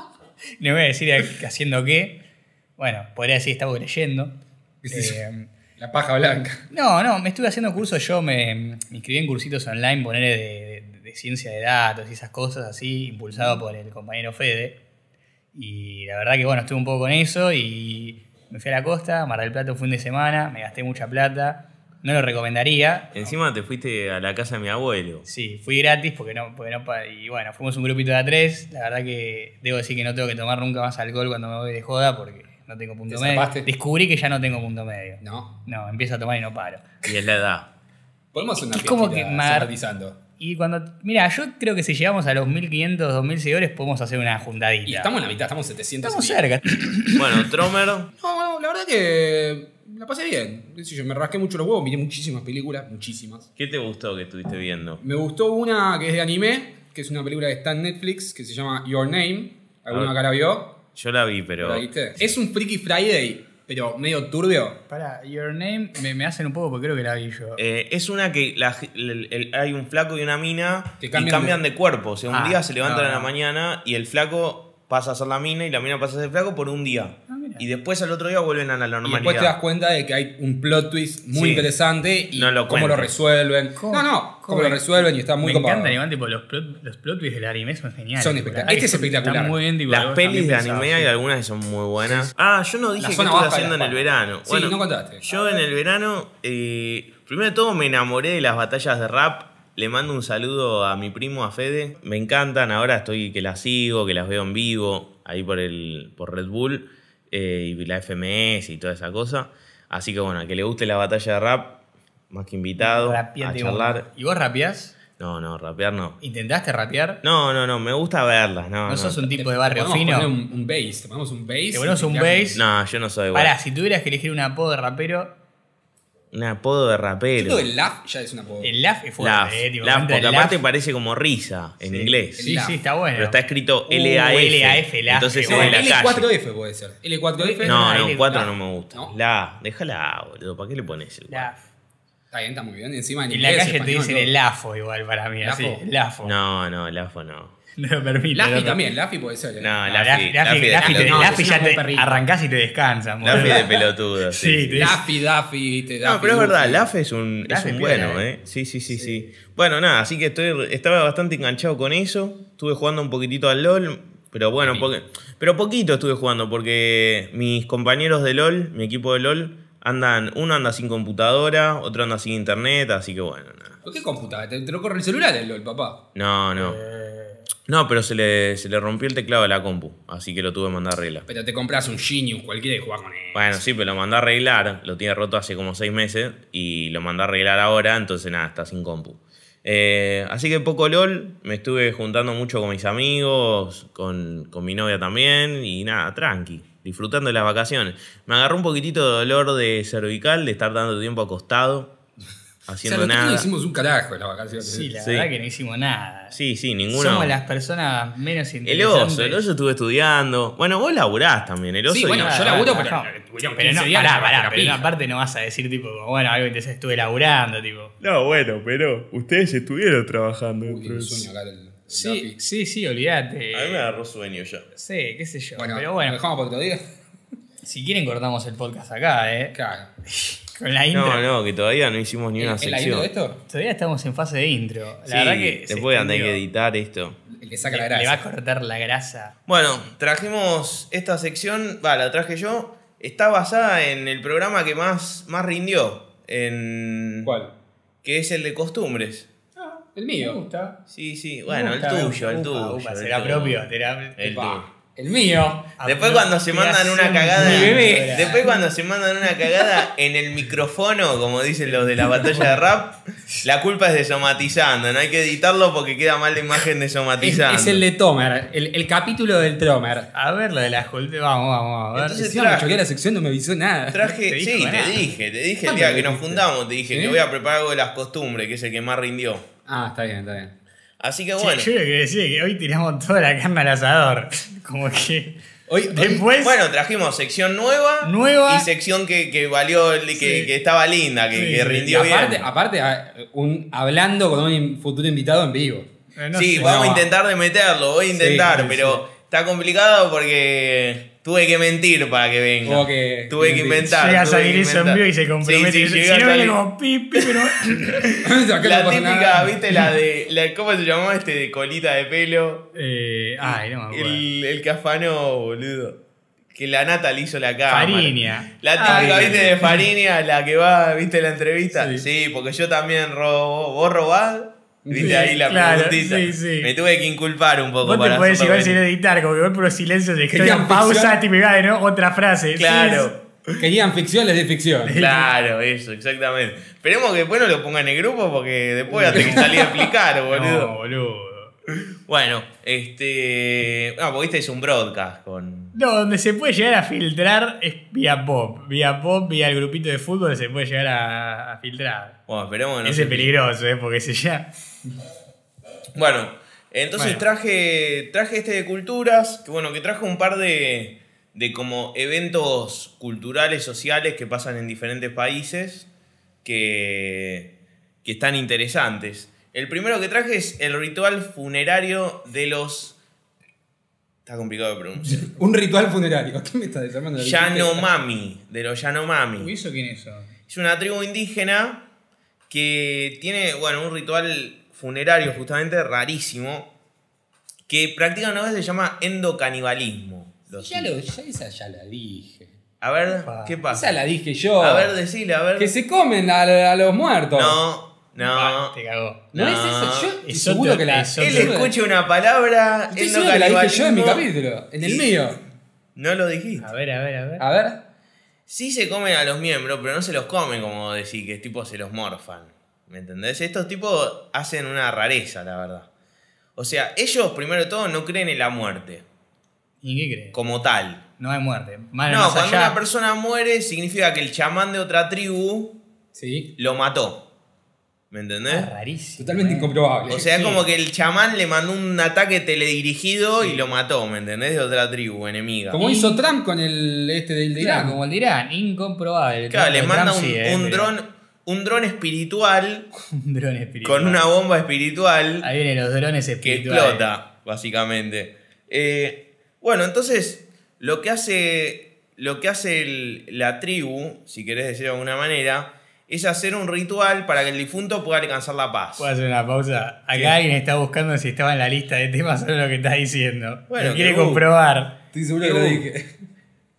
S2: no voy a decir a- haciendo qué. Bueno, podría decir estaba leyendo. Eh,
S3: La paja blanca.
S2: no, no, me estuve haciendo cursos. Yo me, me inscribí en cursitos online, poner de, de- de ciencia de datos y esas cosas así, impulsado por el compañero Fede. Y la verdad que bueno, estuve un poco con eso y me fui a la costa, Mar del Plata un fin de semana, me gasté mucha plata. No lo recomendaría.
S1: Encima te fuiste a la casa de mi abuelo.
S2: Sí, fui gratis porque no, porque no pa- y bueno, fuimos un grupito de a tres. La verdad que debo decir que no tengo que tomar nunca más alcohol cuando me voy de joda porque no tengo punto
S3: ¿Te
S2: medio.
S3: zafaste?
S2: Descubrí que ya no tengo punto medio.
S3: No.
S2: No, empiezo a tomar y no paro.
S1: Y es la edad.
S3: Podemos hacer una
S2: Es como
S3: fiestita
S2: que mar-
S3: somatizando.
S2: Y cuando, mira, yo creo que si llegamos a los 1500, 2000 seguidores podemos hacer una juntadita.
S3: Y estamos en la mitad, estamos 700.
S2: Estamos
S3: y-
S2: cerca.
S1: Bueno, Tromer.
S3: No, no, la verdad que la pasé bien. Qué sé yo, me rasqué mucho los huevos, miré muchísimas películas, muchísimas.
S1: ¿Qué te gustó que estuviste viendo?
S3: Me gustó una que es de anime, que es una película que está en Netflix, que se llama Your Name. ¿Alguno
S1: Ah.
S3: acá la vio?
S1: Yo la vi, pero.
S3: ¿La viste? Es un Freaky Friday, pero medio turbio.
S2: Pará, Your Name me, me hacen un poco porque creo que la vi yo.
S1: Eh, es una que la- el- el- hay un flaco y una mina
S3: Que
S1: y
S3: cambian
S1: cambian de, cuerpo. O sea, un
S2: Ah,
S1: día se levantan
S2: no,
S1: a la
S2: no.
S1: mañana y el flaco pasa a ser la mina y la mina pasa a ser flaco por un día.
S2: Ah, mira.
S1: y después al otro día vuelven a la
S3: Y después te das
S1: normalidad.
S3: cuenta de que hay un plot twist muy
S1: Sí.
S3: interesante y
S1: No lo
S3: cómo lo
S1: cuentan.
S3: resuelven.
S2: ¿Cómo?
S3: No, no, cómo
S2: ¿Cómo?
S3: lo resuelven y está muy
S2: me
S3: copado.
S2: encanta anime, tipo, los plot, los plot twists del anime son geniales.
S3: Son
S2: tipo, la
S3: espectac-
S2: verdad
S3: este
S2: que
S3: es
S2: son-
S3: espectacular.
S2: Están muy bien, tipo,
S1: Las
S2: están
S1: pelis
S2: bien
S1: de
S2: pensadas,
S1: anime hay
S2: sí.
S1: algunas que son muy buenas. Ah, yo no dije
S3: La
S1: que
S3: zona
S1: estuve
S3: baja de
S1: haciendo en
S3: la
S1: el
S3: Juana.
S1: verano.
S3: Sí,
S1: bueno,
S3: no contaste.
S1: yo en el verano, eh, primero de todo me enamoré de las batallas de rap. Le mando un saludo a mi primo, a Fede. Me encantan, ahora estoy que las sigo, que las veo en vivo, ahí por, el, por Red Bull eh, y la FMS y toda esa cosa. Así que bueno, al que le guste la batalla de rap, más que invitado a
S2: Rapeate
S1: charlar.
S2: una. ¿Y vos rapeás?
S1: No, no, rapear no.
S2: ¿Intentaste rapear?
S1: No, no, no, me gusta verlas. No,
S2: No,
S1: no.
S2: sos un tipo de
S3: Te
S2: barrio
S3: podemos
S2: fino.
S3: poner un, un bass, te ponemos un bass.
S2: Te ponemos
S3: y
S2: un
S3: tiramos-
S2: bass.
S1: No, yo no soy igual.
S2: Pará, si tuvieras que elegir un apodo de rapero,
S1: Un apodo de
S3: Yo creo
S1: rapero.
S3: que el laugh ya es una apodo.
S2: el Laf es fuerte,
S1: Laugh,
S2: eh, tipo,
S1: laugh,
S2: antes del
S1: porque aparte
S2: Laf.
S1: parece como risa en inglés.
S2: Sí,
S3: Laf.
S2: sí, está bueno.
S1: Pero está escrito
S2: Uh,
S1: LAF.
S2: LAF, Laf,
S1: entonces
S2: que
S1: es
S3: No,
S1: de la calle.
S3: L4F puede ser. L4F.
S1: No,
S2: Ah,
S1: no,
S2: L-
S1: 4
S3: Laf.
S1: no me gusta.
S3: ¿No?
S1: La, déjala, boludo. ¿Para qué le pones el cuatro?
S2: Laf.
S3: Está bien, está muy bien. Encima en
S2: En la
S3: inglés,
S2: calle te
S3: español,
S2: dicen
S3: todo.
S2: el Lafo igual para mí, así.
S3: Lafo.
S2: Lafo. No,
S1: No, no, Lafo no.
S2: lo permite.
S3: Laffy
S2: no lo-
S3: también, Laffy puede ser. eh.
S1: No,
S2: No,
S1: Ah, Lafi.
S2: Laffy- Laffy
S1: Lafi
S2: Laffy
S1: de
S2: te-
S3: no,
S2: Laffy
S3: es
S2: ya
S3: una
S2: te
S3: bomba perrita.
S2: arrancás y te descansan. boludo.
S1: Lafi de pelotudo, sí.
S2: Sí,
S1: sí.
S2: te-
S3: Laffy, Daffy, te
S1: No,
S3: Daffy,
S1: pero es
S3: Duffy.
S1: verdad, Laf es un, es
S2: Laf
S1: un
S2: es
S1: bueno,
S2: piola,
S1: ¿eh? Sí, sí, sí, sí. Bueno, nada, así que estoy, estaba bastante enganchado con eso. Estuve jugando un poquitito al LOL, pero bueno, poque- pero poquito estuve jugando porque mis compañeros de LOL, mi equipo de LOL, andan, uno anda sin computadora, otro anda sin internet, así que bueno, nada.
S3: ¿Por qué computadora? Te, te lo corre el celular el LOL, papá.
S1: No, no. Eh. No, pero se le, se le rompió el teclado de la compu, así que lo tuve que mandar a arreglar.
S3: Pero te compras un Genius cualquiera y jugás con él.
S1: Bueno, sí, pero lo mandó a arreglar, lo tiene roto hace como seis meses y lo mandó a arreglar ahora, entonces nada, está sin compu. Eh, así que poco LOL, me estuve juntando mucho con mis amigos, con, con mi novia también y nada, tranqui, disfrutando de las vacaciones. Me agarró un poquitito de dolor de cervical, de estar dando tiempo acostado,
S3: O sea,
S1: haciendo
S3: nosotros no
S1: nada.
S3: hicimos un carajo en las vacaciones.
S2: Sí, la
S1: Sí.
S2: verdad que no hicimos nada.
S1: Sí, sí, ninguno.
S2: Somos las personas menos
S1: El oso,
S2: interesantes.
S1: el oso estuve estudiando. Bueno, vos laburás también, el oso.
S3: Sí,
S1: y-
S3: bueno, yo laburo, pero-
S2: pero,
S3: pero
S2: no,
S3: 15 días
S2: pará,
S3: la
S2: pará,
S3: terapia.
S2: pero no, aparte no vas a decir tipo, como, bueno, algo interesante, estuve laburando, tipo.
S1: No, bueno, pero ustedes estuvieron trabajando.
S3: Uy,
S1: dentro
S3: tiene
S1: de
S3: un
S1: eso.
S3: sueño acá del, del
S2: Sí,
S3: Daffy.
S2: sí, sí, olvídate.
S1: A mí me agarró sueño ya.
S2: Sí, qué sé yo.
S3: Bueno,
S2: pero
S3: ¿lo
S2: bueno,
S3: dejamos para otro día?
S2: si quieren cortamos el podcast acá, eh.
S3: Claro.
S2: Con la intro.
S1: No, no, que todavía no hicimos ni una
S3: ¿Es la intro
S1: sección.
S3: de esto?
S2: Todavía estamos en fase de intro. La
S1: Sí,
S2: verdad que. se
S1: después andá, hay este, que
S2: extendió.
S1: editar esto.
S3: Le saca
S2: Le,
S3: la
S2: le va a
S3: grasa.
S2: cortar la grasa.
S1: Bueno, trajimos esta sección, va, la traje yo. Está basada en el programa que más, más rindió, en
S3: ¿Cuál?
S1: que es el de costumbres.
S3: El mío.
S2: gusta.
S1: Sí, sí, bueno, el
S2: Upa,
S1: tuyo, el
S2: upa,
S1: tuyo.
S2: upa,
S1: el
S2: será
S1: tuyo.
S2: propio, será-
S1: El
S3: Pa.
S1: tuyo.
S3: El mío.
S1: Después cuando se mandan una cagada, después cuando se mandan una cagada en el micrófono, como dicen los de la batalla de rap, la culpa es de somatizando, no hay que editarlo porque queda mal la imagen de
S3: Es,
S1: somatizando.
S3: es el de Tomer. El, el capítulo del Tomer.
S2: A ver lo de las culpas. Vamos, vamos, a ver.
S1: Entonces,
S3: Encima me
S1: traje.
S3: choqué la sección, no me avisó nada.
S1: Traje,
S2: Te dijo
S1: sí,
S2: nada.
S1: te dije, te dije el
S3: Ah,
S1: día
S3: me
S1: que nos
S3: dijiste.
S1: fundamos, te dije
S3: ¿Sí?
S1: que voy a preparar algo de las costumbres, que es el que más rindió.
S3: Ah, está bien, está bien.
S1: Así que
S2: Che,
S1: bueno.
S2: Yo lo que decía es que hoy tiramos toda la carne al asador. Como que.
S3: Hoy, hoy-
S2: Después.
S1: Bueno, trajimos sección nueva,
S2: Pues- Nueva.
S1: y sección que, que valió, que, que estaba linda, que,
S2: Sí,
S1: que
S2: sí.
S3: y
S1: rindió bien.
S3: aparte, aparte a- un, hablando con un futuro invitado en vivo.
S2: eh, no
S1: sí,
S2: sé.
S1: vamos a
S3: No,
S1: intentar de meterlo, voy a intentar,
S3: sí, sí.
S1: pero está complicado porque tuve que mentir para que venga.
S3: Tuvo que-
S1: tuve que
S3: mentir.
S1: inventar.
S2: Llega a
S1: tuve que
S2: salir eso en
S1: inventar.
S2: vivo y se compromete.
S1: Sí, sí,
S2: Y dice,
S1: llega
S2: si
S1: a
S2: no viene
S1: salir-
S2: como pipi, pero.
S3: Acá
S1: La
S3: no pasa
S1: típica,
S3: nada.
S1: ¿viste? La de. La, ¿Cómo se llamaba este de colita de pelo?
S2: Eh, ay, no me acuerdo.
S1: El, el que afanó, boludo. que la nata le hizo
S2: Ah,
S1: la cámara.
S2: Fariña.
S1: La típica,
S2: Ay.
S1: ¿viste? De Fariña, la que va, ¿viste? La entrevista. Sí,
S2: Sí.
S1: porque yo también robo. ¿Vos robás? ¿Viste?
S2: Sí,
S1: ahí la
S2: claro,
S1: preguntita.
S2: sí, sí.
S1: Me tuve que inculpar un poco
S2: Vos
S1: para
S2: te podés
S1: hacerlo
S2: llegar sin
S1: venir.
S2: editar, como que voy por los silencios de
S3: Querían
S2: historia, pausa,
S3: ficción.
S2: y me va de nuevo otra frase.
S1: Claro.
S3: Querían ficción, les di ficción.
S1: Claro, eso, exactamente. Esperemos que después no lo pongan en el grupo porque después hasta que salí a explicar,
S2: Sí,
S1: boludo.
S2: No, boludo.
S1: Bueno, este. No, porque este es un broadcast con.
S2: No, donde se puede llegar a filtrar es vía pop. Vía pop, vía el grupito de fútbol se puede llegar a, a filtrar.
S1: Bueno, esperemos que no
S2: Ese es
S1: se-
S2: peligroso, ¿eh? Porque se ya.
S1: Bueno, entonces
S2: Bueno.
S1: traje. Traje este de culturas. Que bueno, que trajo un par de. de como eventos culturales, sociales que pasan en diferentes países. Que. que están interesantes. El primero que traje es el ritual funerario de los. Está complicado de pronunciar.
S3: Un ritual funerario. ¿Qué me estás desarmando? la Wikipedia?
S1: Yanomami, de los
S4: ¿Y
S1: Yanomami.
S4: eso quién es eso?
S1: Es una tribu indígena que tiene, bueno, un ritual funerario justamente rarísimo que practican una vez se llama endocanibalismo. Los
S3: Ya lo, ya esa ya la dije.
S1: A ver,
S2: Opa.
S1: ¿qué
S3: Esa
S1: pasa?
S3: la dije yo.
S1: Ah. A ver, decile, a ver.
S3: que se comen a, a los muertos.
S1: No, no.
S2: Ah, te cagó.
S3: No, es
S1: No.
S3: eso. Yo estoy
S2: Es
S3: seguro
S2: otro-
S3: que la.
S2: es otro-
S1: Él escucha una palabra,
S3: Estoy seguro que la dije yo en mi
S1: endocanibalismo.
S3: capítulo. En
S1: Y-
S3: el mío.
S1: No lo dijiste.
S2: A ver, a ver, a ver.
S3: A ver.
S1: Sí se comen a los miembros, pero no se los comen como decir que tipo se los morfan. ¿Me entendés? Estos tipos hacen una rareza, la verdad. O sea, ellos primero de todo no creen en la muerte
S2: ¿Y qué crees?
S1: como tal.
S2: No hay muerte. Más,
S1: No,
S2: más
S1: cuando
S2: allá.
S1: una persona muere significa que el chamán de otra tribu
S3: Sí.
S1: lo mató. ¿Me entendés?
S2: Ah, rarísimo.
S3: Totalmente
S2: eh.
S3: incomprobable.
S1: O sea, es como que el chamán le mandó un ataque teledirigido y lo mató, ¿me entendés? De otra tribu enemiga.
S3: Como hizo Trump con el este del de
S2: Claro,
S3: Irán.
S2: como el dirán, incomprobable.
S1: Claro, le
S2: Trump
S1: manda un,
S2: sí, eh,
S1: un
S2: pero-
S1: dron, un dron espiritual
S2: Un dron espiritual.
S1: con una bomba espiritual.
S2: Ahí vienen los drones
S1: que
S2: espirituales.
S1: explota, básicamente. Eh, bueno, entonces, lo que hace, lo que hace el- la tribu, si querés decirlo de alguna manera, es hacer un ritual para que el difunto pueda alcanzar la paz.
S2: ¿Puedo hacer una pausa? Acá
S1: ¿Qué?
S2: alguien está buscando si estaba en la lista de temas o no lo que está diciendo.
S1: Bueno,
S2: Lo
S1: que
S2: quiere
S1: busque.
S2: comprobar.
S3: Estoy seguro que
S1: Uh.
S3: lo dije.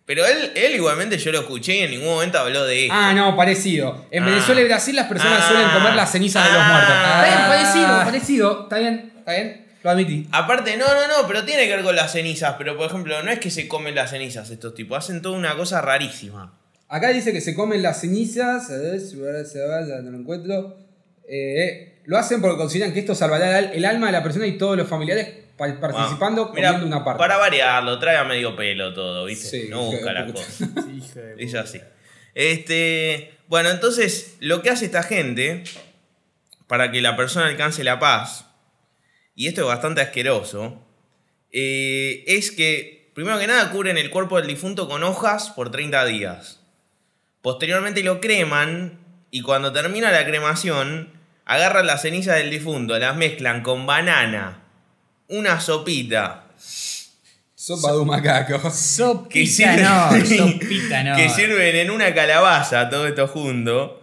S1: Pero él, él igualmente yo lo escuché y en ningún momento habló de esto.
S3: Ah, no, parecido. En
S1: Ah.
S3: Venezuela y Brasil las personas
S1: Ah.
S3: suelen comer las cenizas de los
S1: Ah.
S3: muertos. Está bien,
S2: Ah.
S3: parecido, parecido. Está bien, está bien. Lo admití.
S1: Aparte, no, no, no, pero tiene que ver con las cenizas. Pero, por ejemplo, no es que se comen las cenizas estos tipos, hacen toda una cosa rarísima.
S3: Acá dice que se comen las cenizas. A ver si ahora se va, ya no lo encuentro. Eh, lo hacen porque consideran que esto salvará el alma de la persona y todos los familiares pa- participando
S1: Wow. Mirá,
S3: comiendo una parte.
S1: Para variarlo, trae a medio pelo todo, ¿viste?
S3: Sí,
S1: no
S3: hijo de
S1: busca las
S3: puta.
S1: cosas. Es así. Este, bueno, entonces lo que hace esta gente para que la persona alcance la paz, y esto es bastante asqueroso, eh, es que primero que nada cubren el cuerpo del difunto con hojas por 30 días. Posteriormente lo creman y cuando termina la cremación, agarran las cenizas del difunto, las mezclan con banana, una sopita,
S3: Sopa de un macaco.
S1: que
S2: Sopita
S1: sirven,
S2: no, sopita no.
S1: que sirven en una calabaza, todo esto junto.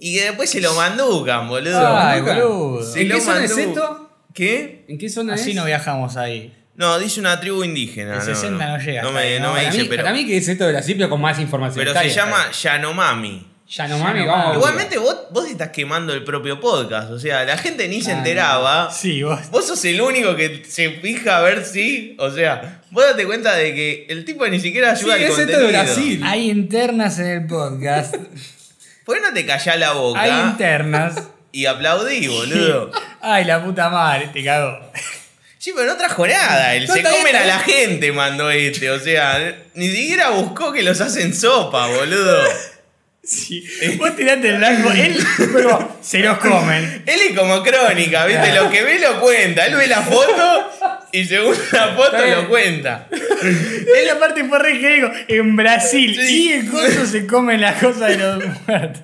S1: Y que después se lo manducan, boludo.
S2: Ay,
S3: Nunca.
S2: boludo.
S1: Se
S3: ¿En
S1: lo
S3: qué zona es
S1: mandu-
S3: esto?
S1: ¿Qué?
S3: ¿En qué zona
S2: Así
S3: es?
S2: no viajamos ahí.
S1: No, dice una tribu indígena.
S2: El 60 no llega
S1: No
S2: hasta
S1: me,
S2: ahí,
S1: no
S2: ¿no?
S1: me
S3: para,
S1: dice,
S3: mí,
S1: pero,
S3: para mí que es esto de la cipia con más información.
S1: pero
S3: Está
S1: se
S3: bien,
S1: llama Yanomami.
S3: está bien. Ya no mami,
S2: Yanomami.
S3: vamos.
S1: Igualmente vos, vos estás quemando el propio podcast. O sea, la gente ni se
S3: Ah,
S1: enteraba.
S2: Sí, vos.
S1: Vos sos el único que se fija a ver si. O sea, vos date cuenta de que el tipo ni siquiera
S3: Sí,
S1: ayuda al
S3: es esto
S1: contenido.
S3: de Brasil.
S2: Hay internas en el podcast.
S1: ¿Por qué no te callás la boca?
S2: Hay internas.
S1: Y aplaudí, boludo.
S2: Ay, la puta madre, te cago.
S1: Sí, pero no trajo nada. Él
S3: No,
S1: se
S3: está bien,
S1: comen a
S3: está
S1: la gente, mandó este. O sea, ni siquiera buscó que los hacen sopa, boludo.
S2: Sí. Vos tirate el blanco, él pero se los comen.
S1: Él es como crónica, ¿viste? Lo que ve lo cuenta. Él ve la foto y según la foto
S3: bien.
S1: lo cuenta.
S2: Él aparte fue re genérico. En Brasil
S1: Sí.
S2: y en Coso se comen las cosas de los muertos.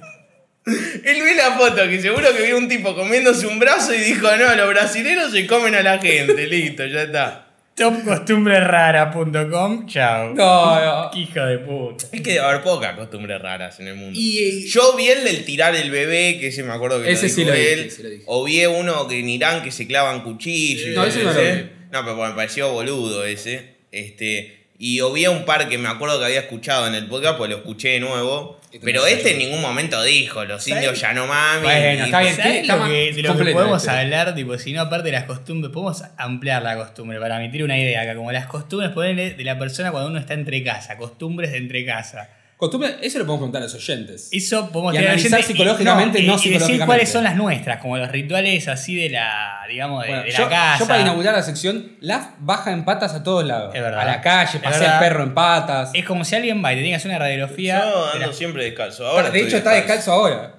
S1: Él ve la foto, que seguro que vio un tipo comiéndose un brazo y dijo, no, los brasileños se comen a la gente. Listo, ya está.
S2: Topcostumbrerara.com. Chao.
S3: No, no.
S2: Hijo de puta.
S1: Es que debe haber pocas costumbres raras en el mundo.
S3: Y- eh,
S1: Yo vi el del tirar el bebé, que ese me acuerdo que
S3: Ese
S1: lo
S3: sí
S1: dijo
S3: lo dije,
S1: él.
S3: sí lo dije.
S1: O vi uno que en Irán que se clavan cuchillos.
S3: No, ese no lo
S1: ese.
S3: vi.
S1: No, pero me pareció boludo ese. Este, Y había un par que me acuerdo que había escuchado en el podcast, pues lo escuché de nuevo.
S3: Este
S1: Pero
S3: no lo
S1: este en ningún momento dijo, los
S2: ¿Sabes?
S1: indios ya no mami.
S2: Bueno,
S1: y-
S2: está bien.
S3: ¿sabes
S2: ¿Qué? Lo
S3: lo este?
S2: que,
S3: que-
S2: de lo que
S3: completamente.
S2: podemos hablar, tipo, si no, aparte de las costumbres, podemos ampliar la costumbre para emitir una idea acá. Como las costumbres, ponerle de la persona cuando uno está entre casa, costumbres de entre casa.
S3: Costumbre, eso lo podemos preguntar a los oyentes.
S2: Eso podemos
S3: Y
S2: tener
S3: analizar
S2: oyentes y-
S3: psicológicamente,
S2: y-
S3: no
S2: y decir
S3: psicológicamente.
S2: cuáles son las nuestras, como los rituales así de la, digamos, de,
S3: Bueno,
S2: de la
S3: yo,
S2: casa.
S3: yo para inaugurar la sección, Laf baja en patas a todos lados.
S2: Es verdad.
S3: A la calle,
S2: Es
S3: pasea
S2: verdad.
S3: al perro en patas.
S2: Es como si alguien va y te tengas una radiografía
S1: Yo
S2: de
S1: ando
S2: las
S1: siempre descalzo. Ahora
S3: Ah, de
S1: estoy
S3: hecho, está descalzo ahora.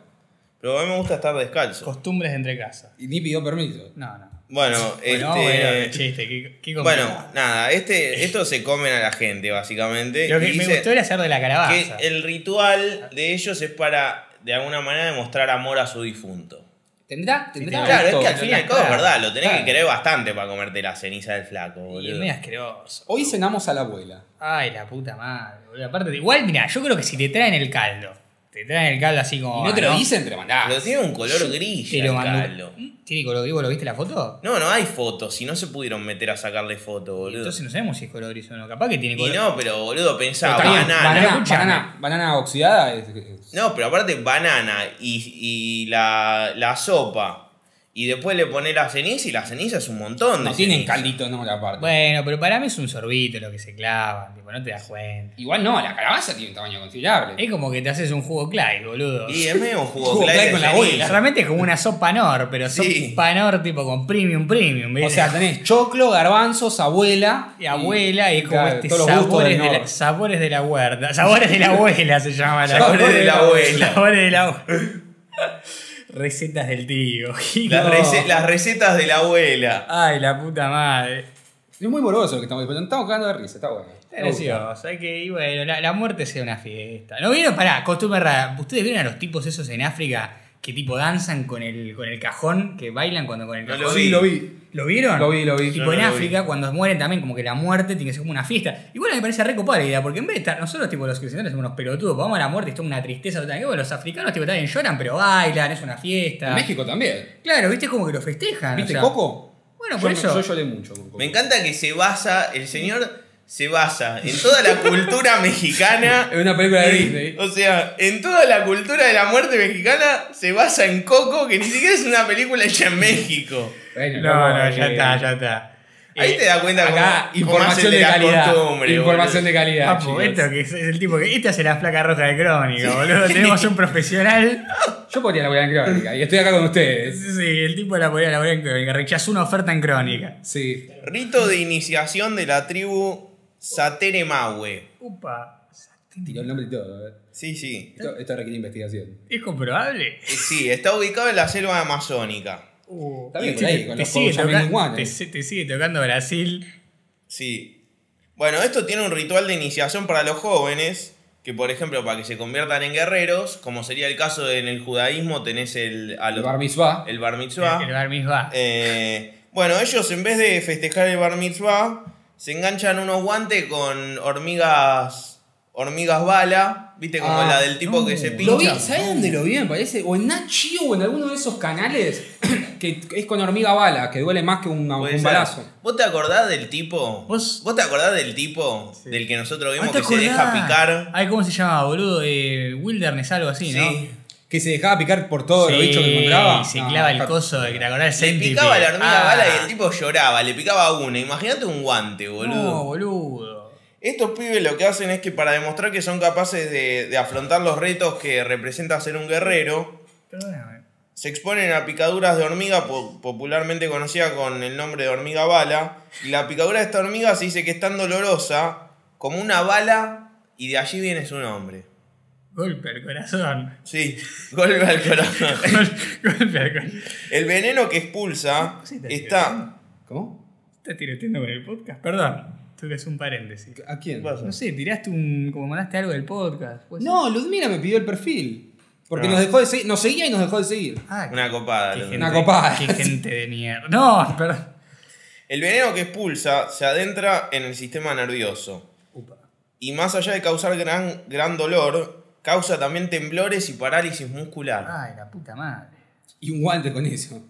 S1: Pero a mí me gusta estar descalzo.
S2: costumbres de entre casa.
S3: Y ni pidió permiso.
S2: No, no.
S1: Bueno, este,
S2: Bueno, bueno, qué chiste, qué, qué complicado.
S1: bueno, nada, este, esto se comen a la gente, básicamente.
S2: Lo que
S1: Y
S2: me
S1: eh, dice
S2: gustó era hacer de la
S1: que
S2: calabaza.
S1: el ritual de ellos es para, de alguna manera, demostrar amor a su difunto.
S3: ¿Tendrá? ¿Tendrá?
S1: Claro, es
S3: gusto.
S1: que al fin y al cabo es
S2: claro.
S1: verdad, lo tenés
S3: Claro.
S1: que querer bastante para comerte la ceniza del flaco,
S2: Y es
S1: boludo.
S2: medio asqueroso.
S3: Hoy cenamos a la abuela.
S2: Ay, la puta madre. boludo. Aparte, igual, mira, yo creo que si te traen el caldo, te traen el caldo así como.
S3: Y no te lo
S2: ah,
S3: dicen, te lo mandás.
S1: Pero tiene un color gris
S2: Te
S1: ya
S2: lo
S1: el
S2: mandó-
S1: caldo.
S2: ¿Tiene color gris? ¿Vos lo viste la foto?
S1: No, no hay fotos, si no se pudieron meter a sacarle fotos, boludo.
S2: Entonces no sabemos si es color gris o no. Capaz que tiene
S1: y
S2: color.
S1: no, pero boludo, pensaba,
S3: Pero está bien,
S1: banana.
S2: banana.
S3: Banana,
S2: Escuchame.
S3: banana- banana oxidada es- es-
S1: No, pero aparte banana y, y la, la sopa. Y después le pones la ceniza y la ceniza es un montón de
S3: No tienen
S1: ceniza.
S3: caldito, no, la parte.
S2: Bueno, pero para mí es un sorbito lo que se clavan, tipo, no te das cuenta.
S3: Igual no, la calabaza tiene un tamaño considerable.
S2: Es como que te haces un jugo Clyde, boludo.
S1: Y es medio un jugo
S3: Jugo
S1: Clyde
S3: Clyde con
S1: de
S3: la
S1: ceniza.
S2: Realmente es como una sopa Nor, pero
S1: Sí.
S2: sopa Nor tipo con premium, premium. ¿viste?
S3: O sea, tenés choclo, garbanzos, abuela.
S2: y abuela y es como
S3: claro,
S2: este
S3: todos los gustos
S2: sabores
S3: del
S2: de, la,
S3: Nor.
S2: sabores de la huerta. Sabores de la abuela se llama la
S1: Sabores de la abuela.
S2: Sabores de la abuela. Recetas del tío. Gil.
S1: Las, rece- las recetas de la abuela.
S2: Ay, la puta madre.
S3: Es muy moroso lo que estamos disfrutando. Estamos cagando de risa, está bueno.
S2: Está Gracioso, hay que, y bueno, la, la muerte sea una fiesta. ¿No vieron? Pará, costumbre rara. ¿Ustedes vieron a los tipos esos en África que tipo danzan con el, con el cajón, que bailan cuando con el
S1: No
S2: cajón?
S1: lo
S3: Sí, lo vi.
S2: ¿Lo vieron?
S3: Lo vi, lo vi.
S2: Tipo,
S1: Yo no
S2: en
S1: lo vi.
S2: África, cuando mueren también, como que la muerte tiene que ser como una fiesta. Y bueno, me parece re copada la idea, porque en vez de estar, nosotros, tipo, los cristianos somos unos pelotudos, vamos a la muerte y es toda una tristeza. total. Y bueno, los africanos, tipo, también lloran, pero bailan, es una
S3: En
S2: fiesta.
S3: México también.
S2: Claro, viste, como que lo festejan. o
S3: ¿Viste
S2: sea.
S3: Coco?
S2: Bueno,
S3: Yo
S2: por
S3: me-
S2: eso.
S3: Yo lloré mucho con Coco.
S1: Me encanta que se basa, el señor se basa en toda la cultura mexicana.
S3: Es una película de Disney.
S1: O sea, en toda la cultura de la muerte mexicana se basa en Coco, que ni siquiera es una película hecha en México.
S3: Bueno,
S2: No,
S3: Coco,
S2: no, ya
S3: eh,
S2: está, ya está.
S1: Ahí
S2: Eh,
S1: te das cuenta cómo-
S3: Acá,
S1: cómo hacen
S3: información de,
S1: la
S3: calidad.
S1: costumbre,
S3: Información de calidad.
S2: Eh, Papu,
S3: chicos.
S2: esto que es, es el tipo que. Esta será la placa roja de crónica, boludo. Tenemos un profesional.
S3: Yo podría laburar en crónica y estoy acá con ustedes.
S2: Sí, el tipo la podía elaborar en crónica. Rechazó una oferta en crónica.
S3: Sí.
S1: Rito de iniciación de la tribu Sateremahue.
S2: Upa.
S3: Tiró el nombre y todo. eh.
S1: Sí, sí.
S3: Esto, esto requiere investigación.
S2: ¿Es comprobable?
S1: Eh, Sí, está ubicado en la selva amazónica.
S2: Uh,
S3: Está bien,
S2: y
S3: por ahí,
S2: te-
S3: con
S2: te
S3: los
S2: sigue
S3: Coyamel
S2: toca-
S3: Iguanes.
S2: te si- te sigue tocando Brasil.
S1: Sí. Bueno, esto tiene un ritual de iniciación para los jóvenes, que por ejemplo, para que se conviertan en guerreros, como sería el caso en el judaísmo, tenés el, a
S3: El
S1: los-
S3: bar mitzvah.
S1: el bar mitzvah.
S2: El bar mitzvah.
S1: Eh, bueno, ellos en vez de festejar el bar mitzvah, se enganchan unos guantes con hormigas hormigas bala, viste como
S3: Ah,
S1: la del tipo que se pincha.
S3: Lo vi, ¿sabes dónde lo vi? Me parece. O en Nachi o en alguno de esos canales que es con hormiga bala, que duele más que un,
S1: Puede
S3: un
S1: ser.
S3: balazo.
S1: ¿Vos te acordás del tipo?
S2: Vos-
S1: te acordás del tipo
S2: Sí.
S1: del que nosotros
S2: Ah,
S1: vimos
S2: ¿te
S1: que se deja
S2: acordás?
S1: picar?
S2: Ay, ¿cómo se llama, boludo? Eh, Wilderness, algo así, ¿no?
S1: Sí.
S3: Que se dejaba picar por todo
S2: Sí,
S3: lo bicho que encontraba.
S2: Se
S3: No,
S2: clava el
S3: está-
S2: coso de que te acordás
S1: Le
S2: del
S1: picaba la hormiga
S2: Ah.
S1: bala y el tipo lloraba, le picaba una. Imagínate un guante, boludo.
S2: No, boludo.
S1: Estos pibes lo que hacen es que para demostrar que son capaces de, de afrontar los retos que representa ser un guerrero,
S2: Perdóname.
S1: se exponen a picaduras de hormiga po- popularmente conocida con el nombre de hormiga bala. Y la picadura de esta hormiga se dice que es tan dolorosa como una bala y de allí viene su nombre.
S2: Golpe al corazón.
S1: Sí, golpe al corazón.
S2: Golpe al corazón.
S1: El veneno que expulsa
S2: Sí, te
S1: está.
S3: ¿Cómo?
S2: ¿Estás tiroteando con el podcast? Perdón, tuve que hacer un paréntesis.
S3: ¿A quién?
S2: No sé, tiraste un. como mandaste algo del podcast. ¿puede ser?
S3: No, Ludmila me pidió el perfil. Porque
S1: Ah.
S3: nos dejó de seguir. Nos seguía y nos dejó de seguir.
S2: Ah,
S1: Una copada. lo
S2: qué
S1: tengo.
S3: Una copada.
S2: Qué gente de mierda. No, perdón.
S1: El veneno que expulsa se adentra en el sistema nervioso. Y más allá de causar gran, gran dolor, causa también temblores y parálisis muscular.
S2: Ay, la puta madre.
S3: Y un guante con eso.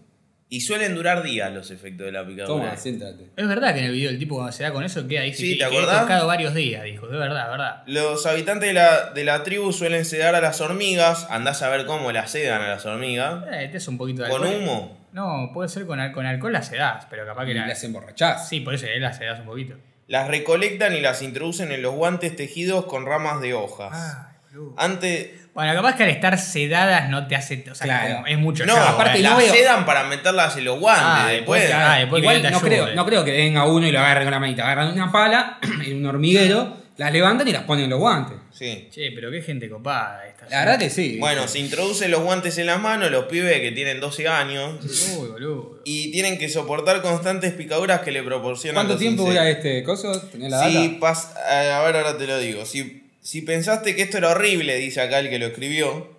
S1: Y suelen durar días los efectos de la picadura.
S3: Toma, siéntate.
S2: Es verdad que en el video el tipo cuando se da con eso queda ahí.
S1: Sí,
S2: que-
S1: ¿te
S2: que he
S1: acordás?
S2: tocado varios días, dijo. De verdad, verdad.
S1: Los habitantes de la, de la tribu suelen sedar a las hormigas. Andás a ver cómo las sedan a las hormigas.
S2: Eh, te es un poquito de
S1: Con
S2: alcohol.
S1: humo.
S2: No, puede ser con, al- con alcohol las sedás, pero capaz que
S3: Y
S2: la-
S3: las emborrachás.
S2: Sí, por eso eh, las sedás un poquito.
S1: Las recolectan y las introducen en los guantes tejidos con ramas de hojas.
S2: Ah.
S1: Antes.
S2: Bueno, capaz que al estar sedadas no te hace. O sea,
S3: Claro.
S2: como es mucho
S1: No,
S2: show,
S1: aparte
S2: eh.
S3: no
S1: las
S3: veo-
S1: sedan para meterlas en los guantes.
S2: Ah,
S1: después.
S2: después- ah, después que
S3: Igual
S2: él te
S3: no
S2: ayude.
S3: creo, no creo que venga uno y lo agarre con la manita. Agarran una pala en un hormiguero, las levantan y las ponen en los guantes.
S1: Sí.
S2: Che, pero qué gente copada esta.
S3: La verdad que sí.
S1: Bueno, se introducen los guantes en las manos los pibes que tienen 12 años
S2: Uy, boludo.
S1: y tienen que soportar constantes picaduras que le proporcionan.
S3: ¿Cuánto
S1: los
S3: tiempo
S1: insectos.
S3: dura este coso? ¿Tenés la
S1: Si
S3: data?
S1: pas- eh, a ver, ahora te lo digo. Si, si pensaste que esto era horrible, dice acá el que lo escribió,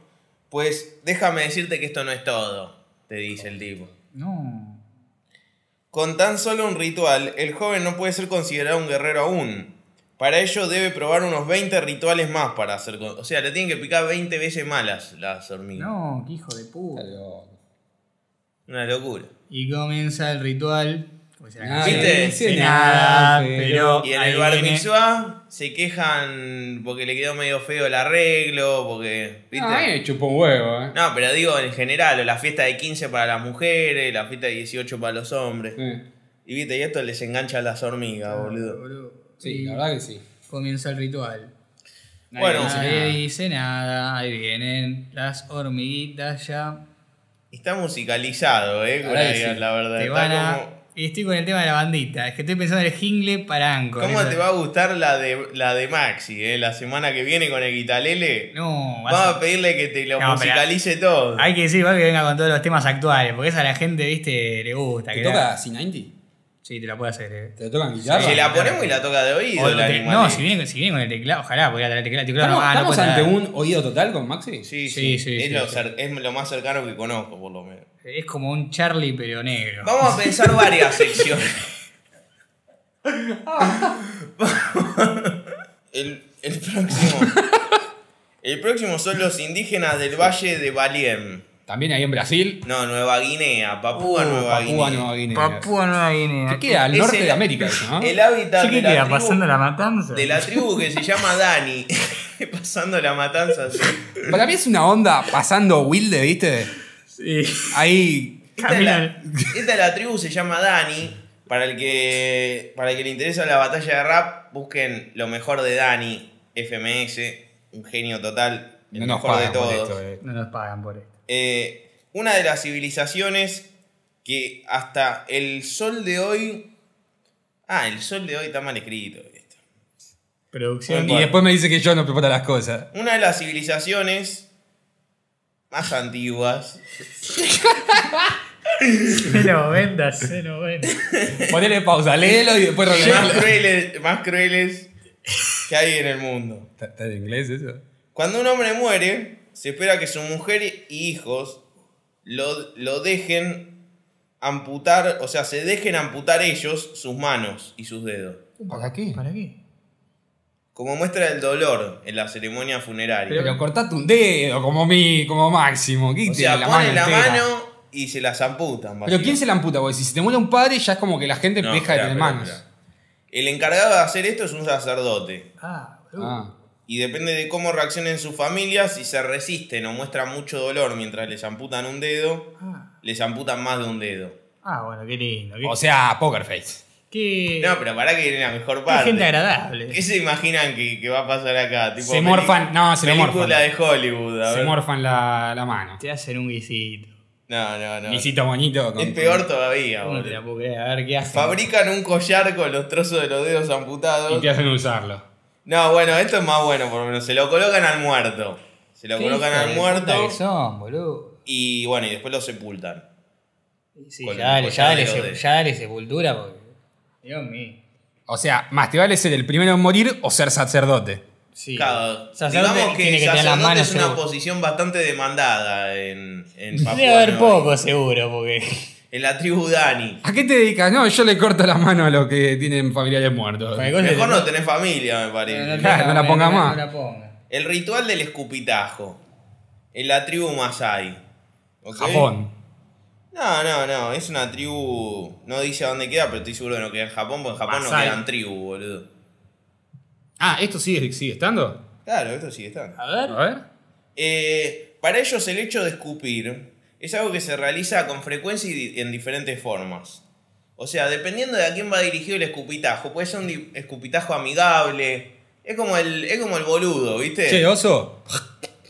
S1: pues déjame decirte que esto no es todo, te dice el tipo.
S2: No.
S1: Con tan solo un ritual, el joven no puede ser considerado un guerrero aún. Para ello debe probar unos 20 rituales más para hacer... con- O sea, le tienen que picar 20 veces malas las hormigas.
S2: No, qué hijo de puta.
S3: Está loco.
S1: Una locura.
S2: Y comienza el ritual. Como dice la
S3: Nadie
S2: canción.
S1: ¿viste?
S3: dice
S2: De nada, pero-
S1: Y en
S2: Ahí
S1: el bar
S2: viene.
S1: mitzvah se quejan porque le quedó medio feo el arreglo, porque... ¿viste?
S3: No, Ah, a mí me chupó un huevo, eh.
S1: No, pero digo en general, o la fiesta de 15 para las mujeres, la fiesta de 18 para los hombres.
S3: Eh,
S1: Y viste, y esto les engancha a las hormigas, boludo.
S2: Boludo.
S3: Sí,
S2: Y
S3: la verdad que sí.
S2: Comienza el ritual. Nadie
S1: Bueno,
S2: nadie dice nada. Ahí vienen las hormiguitas ya.
S1: Está musicalizado, eh,
S3: La
S1: con
S3: verdad
S1: ahí,
S3: que sí.
S1: la verdad.
S2: Te
S1: Está
S2: van a-
S1: como-
S2: Y estoy con el tema de la bandita. Es que estoy pensando en el jingle para Anchor.
S1: ¿Cómo
S2: Esa-
S1: te va a gustar la de, la de Maxi, eh? La semana que viene con el guitalele.
S2: No, vas a-
S1: Vamos a pedirle que te
S2: No,
S1: lo
S2: pero-
S1: musicalice todo.
S2: hay que decir igual que venga con todos los temas actuales. Porque esa a la gente, viste, le gusta.
S3: ¿Te
S2: que
S3: toca
S2: la-
S3: C90?
S2: Sí, te la puede hacer. eh.
S3: ¿Te tocan guitarra?
S1: Se la ponemos y la toca de oído.
S2: O
S1: el
S2: te-
S1: animal.
S2: no, si viene, si viene con el teclado, ojalá podría traer el teclado. El teclado
S3: ¿Estamos,
S2: no, ah, no
S3: estamos
S2: puede
S3: ante
S2: traer.
S3: un oído total con Maxi?
S2: Sí,
S1: Sí, sí,
S2: sí,
S1: es,
S2: sí,
S1: lo
S2: sí.
S1: cer- es lo más cercano que conozco, por lo menos.
S2: Es como un Charlie, pero negro.
S1: Vamos a pensar varias secciones. El, el próximo. El próximo son los indígenas del Valle de Baliem.
S3: También ahí en Brasil.
S1: No, Nueva Guinea, Papúa
S3: Uh,
S1: Nueva
S3: Papúa
S1: Guinea.
S3: Nueva Guinea.
S2: Papúa Nueva Guinea.
S3: Que queda al
S1: Es
S3: norte
S1: el-
S3: de América eso, ¿no?
S1: El hábitat
S2: ¿Qué
S1: de
S2: queda?
S1: la,
S2: ¿Pasando
S1: tribu,
S2: la matanza?
S1: de la tribu que se llama Dani. pasando la matanza así.
S3: Para mí es una onda pasando Wilde, ¿viste?
S2: Sí.
S3: Ahí.
S1: Esta de, la,
S2: Caminan.
S1: esta de la tribu se llama Dani. Para el que para el que le interesa la batalla de rap, busquen lo mejor de Dani, FMS, un genio total, el
S3: No nos
S1: mejor de
S3: pagan por
S1: todos.
S3: esto, eh.
S2: No nos pagan por esto.
S1: Eh, una de las civilizaciones que hasta el sol de hoy. Ah, el sol de hoy está mal escrito. esto.
S2: Producción.
S1: Bueno.
S3: Y después me dice que yo no preparo las cosas.
S1: Una de las civilizaciones más antiguas.
S2: Cero ventas, cero ventas.
S3: Ponele pausa, léelo y después
S1: más
S3: relevalo.
S1: crueles, más crueles que hay en el mundo.
S3: ¿Está está en inglés eso?
S1: Cuando un hombre muere, se espera que su mujer y hijos lo, lo dejen amputar, o sea, se dejen amputar ellos sus manos y sus dedos,
S3: ¿Para qué?
S2: ¿Para qué?
S1: como muestra del dolor en la ceremonia funeraria.
S3: Pero cortate un dedo como mi, como máximo.
S1: o
S3: Quítale
S1: sea,
S3: la mano.
S1: ponen la
S3: entera.
S1: mano y se las amputan.
S3: Pero ¿quién
S1: básicamente.
S3: se la amputa? Porque si se te muere un padre, ya es como que la gente
S1: No,
S3: deja de
S1: esperá,
S3: tener
S1: esperá,
S3: manos.
S1: esperá. El encargado de hacer esto es un sacerdote.
S2: Ah, boludo.
S3: Ah.
S1: Y depende de cómo reaccionen sus familias, si se resisten o muestran mucho dolor mientras les amputan un dedo,
S2: Ah.
S1: les amputan más de un dedo.
S2: Ah, bueno, qué lindo. Qué,
S3: O sea, poker face.
S2: qué-
S1: No, pero para que viene la mejor
S2: qué
S1: parte.
S2: gente agradable.
S1: ¿Qué se imaginan que, que va a pasar acá? Tipo
S3: Se
S1: peli-
S3: morfan- no, se lo
S1: Película
S3: morfan.
S1: de Hollywood, a
S3: Se
S1: ver.
S3: morfan la, la mano.
S2: Te hacen un guisito.
S1: No, no, no.
S3: Visito bonito. con-
S1: Es peor todavía,
S2: No te la
S1: Ah, boludo.
S2: puedo creer. A ver qué hacen.
S1: Fabrican un collar con los trozos de los dedos
S3: Y
S1: amputados.
S3: te hacen usarlo.
S1: No, bueno, esto es más bueno, por lo menos. Se lo colocan al muerto. Se lo
S2: Qué
S1: colocan
S2: hijo
S1: al
S2: de
S1: muerto
S2: puta que son, boludo.
S1: y bueno, y después lo sepultan.
S2: Sí,
S1: Con
S2: ya
S1: el
S2: dale, ya dale,
S1: colladero
S2: se-
S1: de-
S2: ya dale sepultura porque. Dios mío.
S3: O sea, más te vale ser el primero en morir o ser sacerdote.
S2: Sí.
S1: Claro.
S2: Sacerdote
S1: Digamos que,
S2: tiene que tener las
S1: sacerdote
S2: manos
S1: es una
S2: seguro.
S1: posición bastante demandada en, en Papua
S2: Debe haber
S1: Nueva Guinea.
S2: poco seguro porque.
S1: En la tribu Dani.
S3: ¿A qué te dedicas? No, yo le corto las manos a los que tienen familiares muertos.
S2: Cualquier cosa
S1: Mejor
S2: te-
S1: no tenés familia, me parece.
S3: Claro, no la ponga más.
S2: No la ponga.
S1: El ritual del escupitajo. En la tribu Masai. ¿Ok?
S3: Japón.
S1: No, no, no, es una tribu. No dice dónde queda, pero estoy seguro que no queda en Japón, porque en Japón
S3: Masái.
S1: no quedan tribu, boludo.
S3: Ah, ¿esto sigue, sigue estando?
S1: Claro, esto sí está.
S2: A
S3: A
S2: ver.
S3: ver.
S1: Eh, para ellos el hecho de escupir es algo que se realiza con frecuencia y di- en diferentes formas. O sea, dependiendo de a quién va dirigido el escupitajo, puede ser un di- escupitajo amigable. Es como el, es como el boludo, ¿viste?
S3: Che, oso.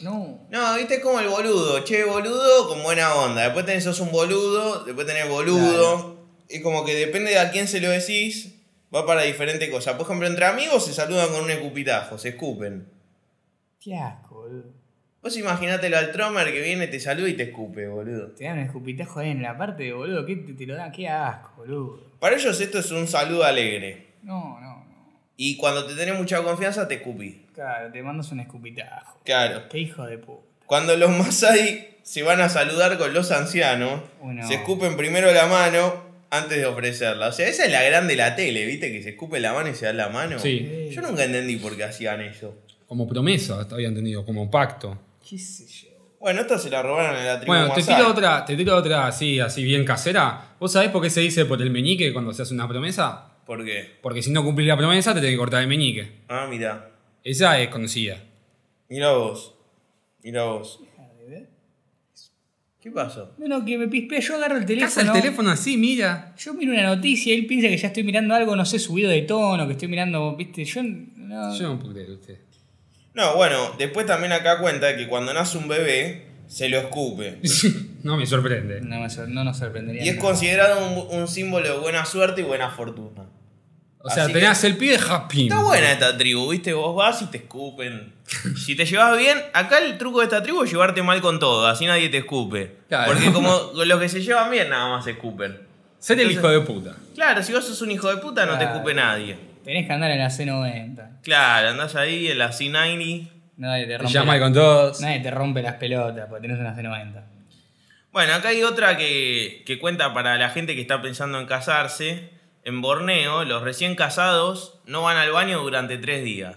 S2: No.
S1: No, viste es como el boludo, che, boludo con buena onda. Después tenés sos un boludo, después tenés boludo. Y como que depende de a quién se lo decís, va para diferente cosa. Por ejemplo, entre amigos se saludan con un escupitajo, se escupen.
S2: Qué asco, boludo.
S1: Vos imaginátelo al tromer que viene, te saluda y te escupe, boludo.
S2: Te dan un escupitajo ahí en la parte, boludo. ¿Qué te, te lo dan? Qué asco, boludo.
S1: Para ellos esto es un saludo alegre.
S2: No, no, no.
S1: Y cuando te tenés mucha confianza, te escupí.
S2: Claro, te mandas un escupitajo.
S1: Claro.
S2: Qué hijo de puta.
S1: Cuando los Masai se van a saludar con los ancianos,
S2: Uno.
S1: se escupen primero la mano antes de ofrecerla. O sea, esa es la grande de la tele, ¿viste? Que se escupe la mano y se da la mano.
S3: Sí.
S1: Yo nunca entendí por qué hacían eso.
S3: Como promesa, había entendido, como pacto.
S2: Qué sé yo.
S1: Bueno, esto se la robaron en la tribu
S3: Bueno, te
S1: Masái.
S3: tiro otra, te tiro otra así, así bien casera. ¿Vos sabés por qué se dice por el meñique cuando se hace una promesa?
S1: ¿Por qué?
S3: Porque si no cumplís la promesa, te tenés que cortar el meñique.
S1: Ah, mira.
S3: Esa es conocida.
S1: Mira vos. Mira vos.
S2: Deja de ver.
S1: ¿Qué pasó?
S2: No, no, que me pispea. Yo agarro el teléfono.
S3: Casa el teléfono así, mira.
S2: Yo miro una noticia y él piensa que ya estoy mirando algo, no sé, subido de tono, que estoy mirando, viste, yo no...
S3: Yo no puedo creer usted.
S1: No, bueno, después también acá cuenta que cuando nace un bebé, se lo escupe.
S3: no me sorprende.
S2: No, me sor- no nos sorprendería.
S1: Y es
S2: nada.
S1: considerado un, un símbolo de buena suerte y buena fortuna.
S3: O sea,
S1: Así
S3: tenés el pie de Japín.
S1: Está buena esta tribu, ¿viste? Vos vas y te escupen. Si te llevas bien, acá el truco de esta tribu es llevarte mal con todo, así nadie te escupe.
S3: Claro.
S1: Porque como los que se llevan bien nada más se escupen.
S3: Ser el
S1: Entonces-
S3: hijo de puta.
S1: Claro, si vos sos un hijo de puta no te
S2: Claro.
S1: escupe nadie.
S2: Tenés que andar en la C90.
S1: Claro, andás ahí en la C90.
S2: Nadie te
S3: Te
S2: rompe,
S3: llama
S2: la-
S3: con todos.
S2: Nadie te rompe las pelotas porque tenés una C90.
S1: Bueno, acá hay otra que, que cuenta para la gente que está pensando en casarse. En Borneo, los recién casados no van al baño durante tres días.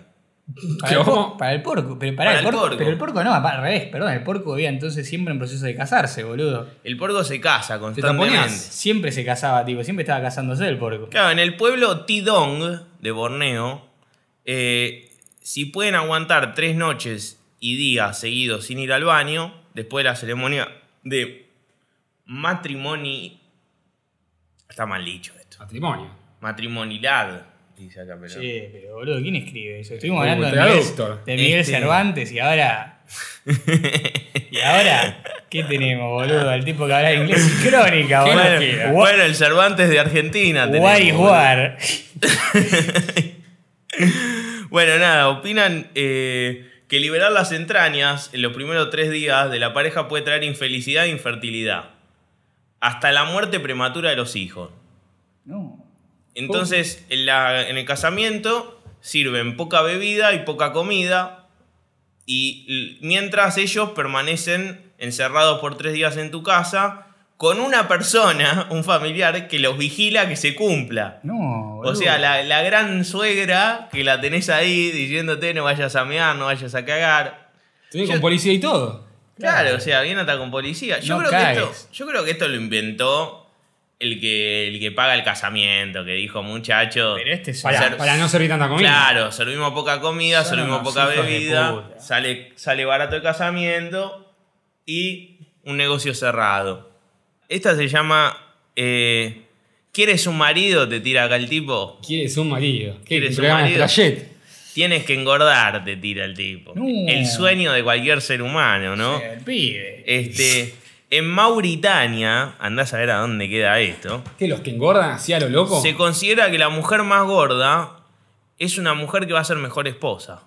S2: Para, el,
S3: ¿Cómo?
S2: por- para el porco, pero para,
S1: Para
S2: el
S1: el
S2: porco,
S1: porco.
S2: Pero el porco no, al revés, perdón, el porco vivía entonces siempre en proceso de casarse, boludo.
S1: El porco se casa
S3: taponeás?
S1: constantemente.
S2: Siempre se casaba, tipo, siempre estaba casándose el porco.
S1: Claro, en el pueblo Tidong de Borneo, eh, si pueden aguantar tres noches y días seguidos sin ir al baño, después de la ceremonia de matrimonio... Está mal dicho esto.
S3: Matrimonio.
S1: Matrimonilad, dice acá, pero...
S2: Che, pero boludo, ¿quién escribe eso? Estuvimos
S3: Uy,
S2: hablando de
S3: traductor.
S2: Miguel, de Miguel
S1: Este-
S2: Cervantes y ahora. ¿Y ahora? ¿Qué tenemos, boludo? El tipo que habla inglés y crónica,
S3: ¿Qué
S2: boludo.
S3: nos queda?
S2: What-
S1: Bueno, el Cervantes de Argentina.
S2: What is
S1: tenemos, boludo.
S2: war?
S1: Bueno, nada, opinan eh, que liberar las entrañas en los primeros tres días de la pareja puede traer infelicidad e infertilidad. Hasta la muerte prematura de los hijos.
S2: No.
S1: Entonces, en, la- en el casamiento sirven poca bebida y poca comida. Y l- mientras ellos permanecen encerrados por tres días en tu casa, con una persona, un familiar, que los vigila que se cumpla.
S2: No, boludo.
S1: O sea, la, la gran suegra que la tenés ahí diciéndote no vayas a mear, no vayas a cagar.
S3: Tenés
S1: Yo-
S3: con policía y todo.
S1: Claro, o sea, viene hasta con policía. Yo,
S2: No
S1: creo que esto,
S2: cagues.
S1: yo creo que esto lo inventó el que, el que paga el casamiento, que dijo muchacho.
S2: Pero este es un
S1: Ser-
S3: Para, para no servir tanta comida.
S1: Claro, servimos poca comida,
S2: Son
S1: servimos
S2: unos
S1: poca
S2: hijos de
S1: bebida,
S2: puta.
S1: sale, sale barato el casamiento y un negocio cerrado. Esta se llama eh, ¿Quieres un marido? Te tira acá el tipo.
S3: Quieres un marido.
S1: Quieres
S3: Quieres
S1: un
S3: un marido.
S1: marido. Tienes que engordar, te tira el tipo.
S2: No.
S1: El sueño de cualquier ser humano, ¿no?
S2: El pibe.
S1: Este, en Mauritania, andás a ver a dónde queda esto,
S3: Que los que engordan así a lo loco.
S1: se considera que la mujer más gorda es una mujer que va a ser mejor esposa.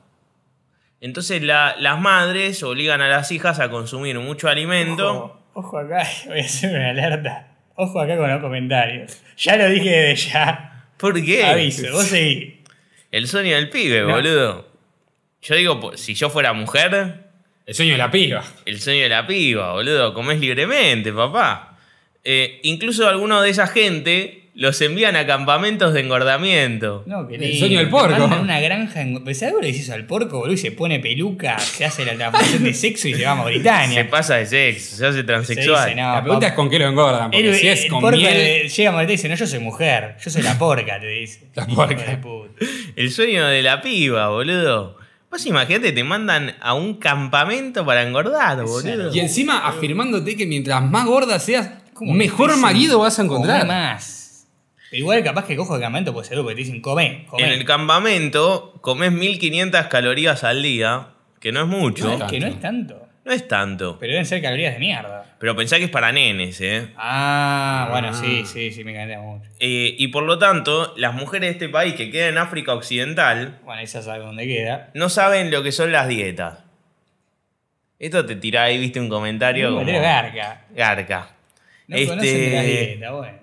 S1: Entonces la- las madres obligan a las hijas a consumir mucho alimento.
S2: Ojo, ojo acá, voy a hacer una alerta. Ojo acá con los comentarios. Ya lo dije desde ya.
S1: ¿Por qué?
S2: Aviso, vos seguís.
S1: El sueño del pibe,
S2: No.
S1: boludo. Yo digo, po- si yo fuera mujer,
S3: El sueño de la piba.
S1: El sueño de la piba, boludo. Comés libremente, papá. Eh, incluso algunos de esa gente Los envían a campamentos de engordamiento.
S2: No, que
S3: El
S2: lindo.
S3: sueño del
S2: Te
S3: porco.
S2: mandan a una granja. En... ¿Pensás algo le dices al porco, boludo? Y se pone peluca, se hace la transformación de sexo y se va a
S1: Se
S2: Mauritania.
S1: pasa de sexo, se hace
S2: Se dice,
S1: transexual.
S2: no,
S3: la
S2: papá.
S3: pregunta es con qué lo engordan. Porque
S2: El,
S3: si es
S2: el
S3: con
S2: porco
S3: miel.
S2: le- llega a Mauritania y dice, no, yo soy mujer, yo soy la porca, te dice.
S3: La
S2: Hijo
S3: porca.
S2: de puta.
S1: El sueño de la piba, boludo. Vos imagínate, te mandan a un campamento para engordar, boludo.
S3: Y encima afirmándote que mientras más gorda seas,
S2: ¿Cómo
S3: mejor
S2: dicen?
S3: marido vas a
S2: Comé
S3: encontrar.
S2: más. Pero igual capaz que cojo de campamento puede ser algo, porque te dicen, come, come.
S1: En el campamento comés 1500 calorías al día, que no es
S2: No,
S1: mucho,
S2: es que no es tanto.
S1: no es tanto.
S2: Pero deben ser calorías de mierda.
S1: Pero pensá que es para nenes, ¿eh?
S2: Ah, bueno, sí, sí, sí, me encantaría mucho.
S1: Eh, Y por lo tanto, las mujeres de este país que quedan en África Occidental
S2: Bueno, ahí ya sabe dónde queda.
S1: no saben lo que son las dietas. Esto te tirá ahí, viste un comentario.
S2: Pero
S1: como-
S2: Mm, garca.
S1: Garca.
S2: No
S1: Este-
S2: conocen de la dieta, bueno.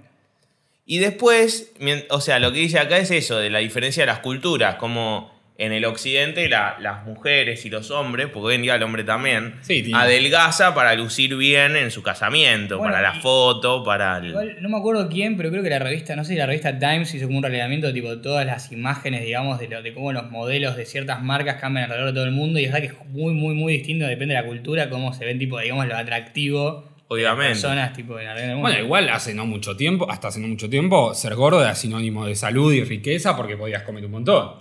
S1: Y después, mien- o sea, lo que dice acá es eso, de la diferencia de las culturas, como en el occidente la- las mujeres y los hombres, porque hoy en día el hombre también,
S3: Sí, tiene-
S1: adelgaza para lucir bien en su casamiento,
S2: Bueno,
S1: para la
S2: y-
S1: foto, para el...
S2: Igual, no me acuerdo quién, pero creo que la revista, no sé si la revista Times hizo como un relevamiento tipo de todas las imágenes, digamos, de, lo- de cómo los modelos de ciertas marcas cambian alrededor de todo el mundo y es verdad que es muy, muy, muy distinto, depende de la cultura, cómo se ven, tipo, digamos, lo atractivo de
S1: obviamente.
S2: personas, tipo, en alrededor del mundo.
S3: Bueno, igual hace no mucho tiempo, hasta hace no mucho tiempo, ser gordo era sinónimo de salud y riqueza porque podías comer un montón.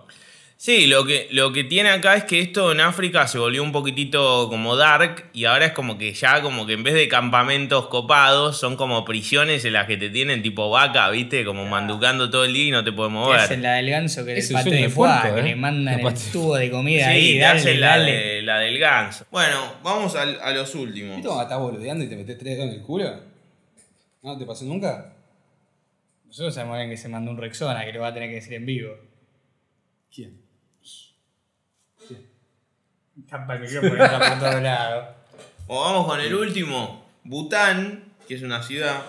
S1: Sí, lo que, lo que tiene acá es que esto en África se volvió un poquitito como dark y ahora es como que ya como que en vez de campamentos copados son como prisiones en las que te tienen tipo vaca, viste, como manducando todo el día y no te puedes
S2: Te
S1: mover.
S2: hacen la del ganso que era el
S3: Ese
S2: paté
S3: sueño
S2: de
S3: de puerco,
S2: fuá, que
S3: eh.
S2: le mandan
S3: El paté.
S2: el tubo de comida
S1: Sí,
S2: ahí,
S1: te
S2: dale,
S1: hacen la,
S2: dale.
S1: de- la del ganso. Bueno, vamos al- a los últimos.
S3: ¿Viste cuando estás boludeando y te metes tres dedos en el culo? ¿No te pasó nunca?
S2: Nosotros sabemos bien que se mandó un Rexona, que lo va a tener que decir en vivo.
S3: ¿Quién?
S2: Tapa el micrófono, está por todos lados.
S1: O vamos con el último. Bután, que es una ciudad.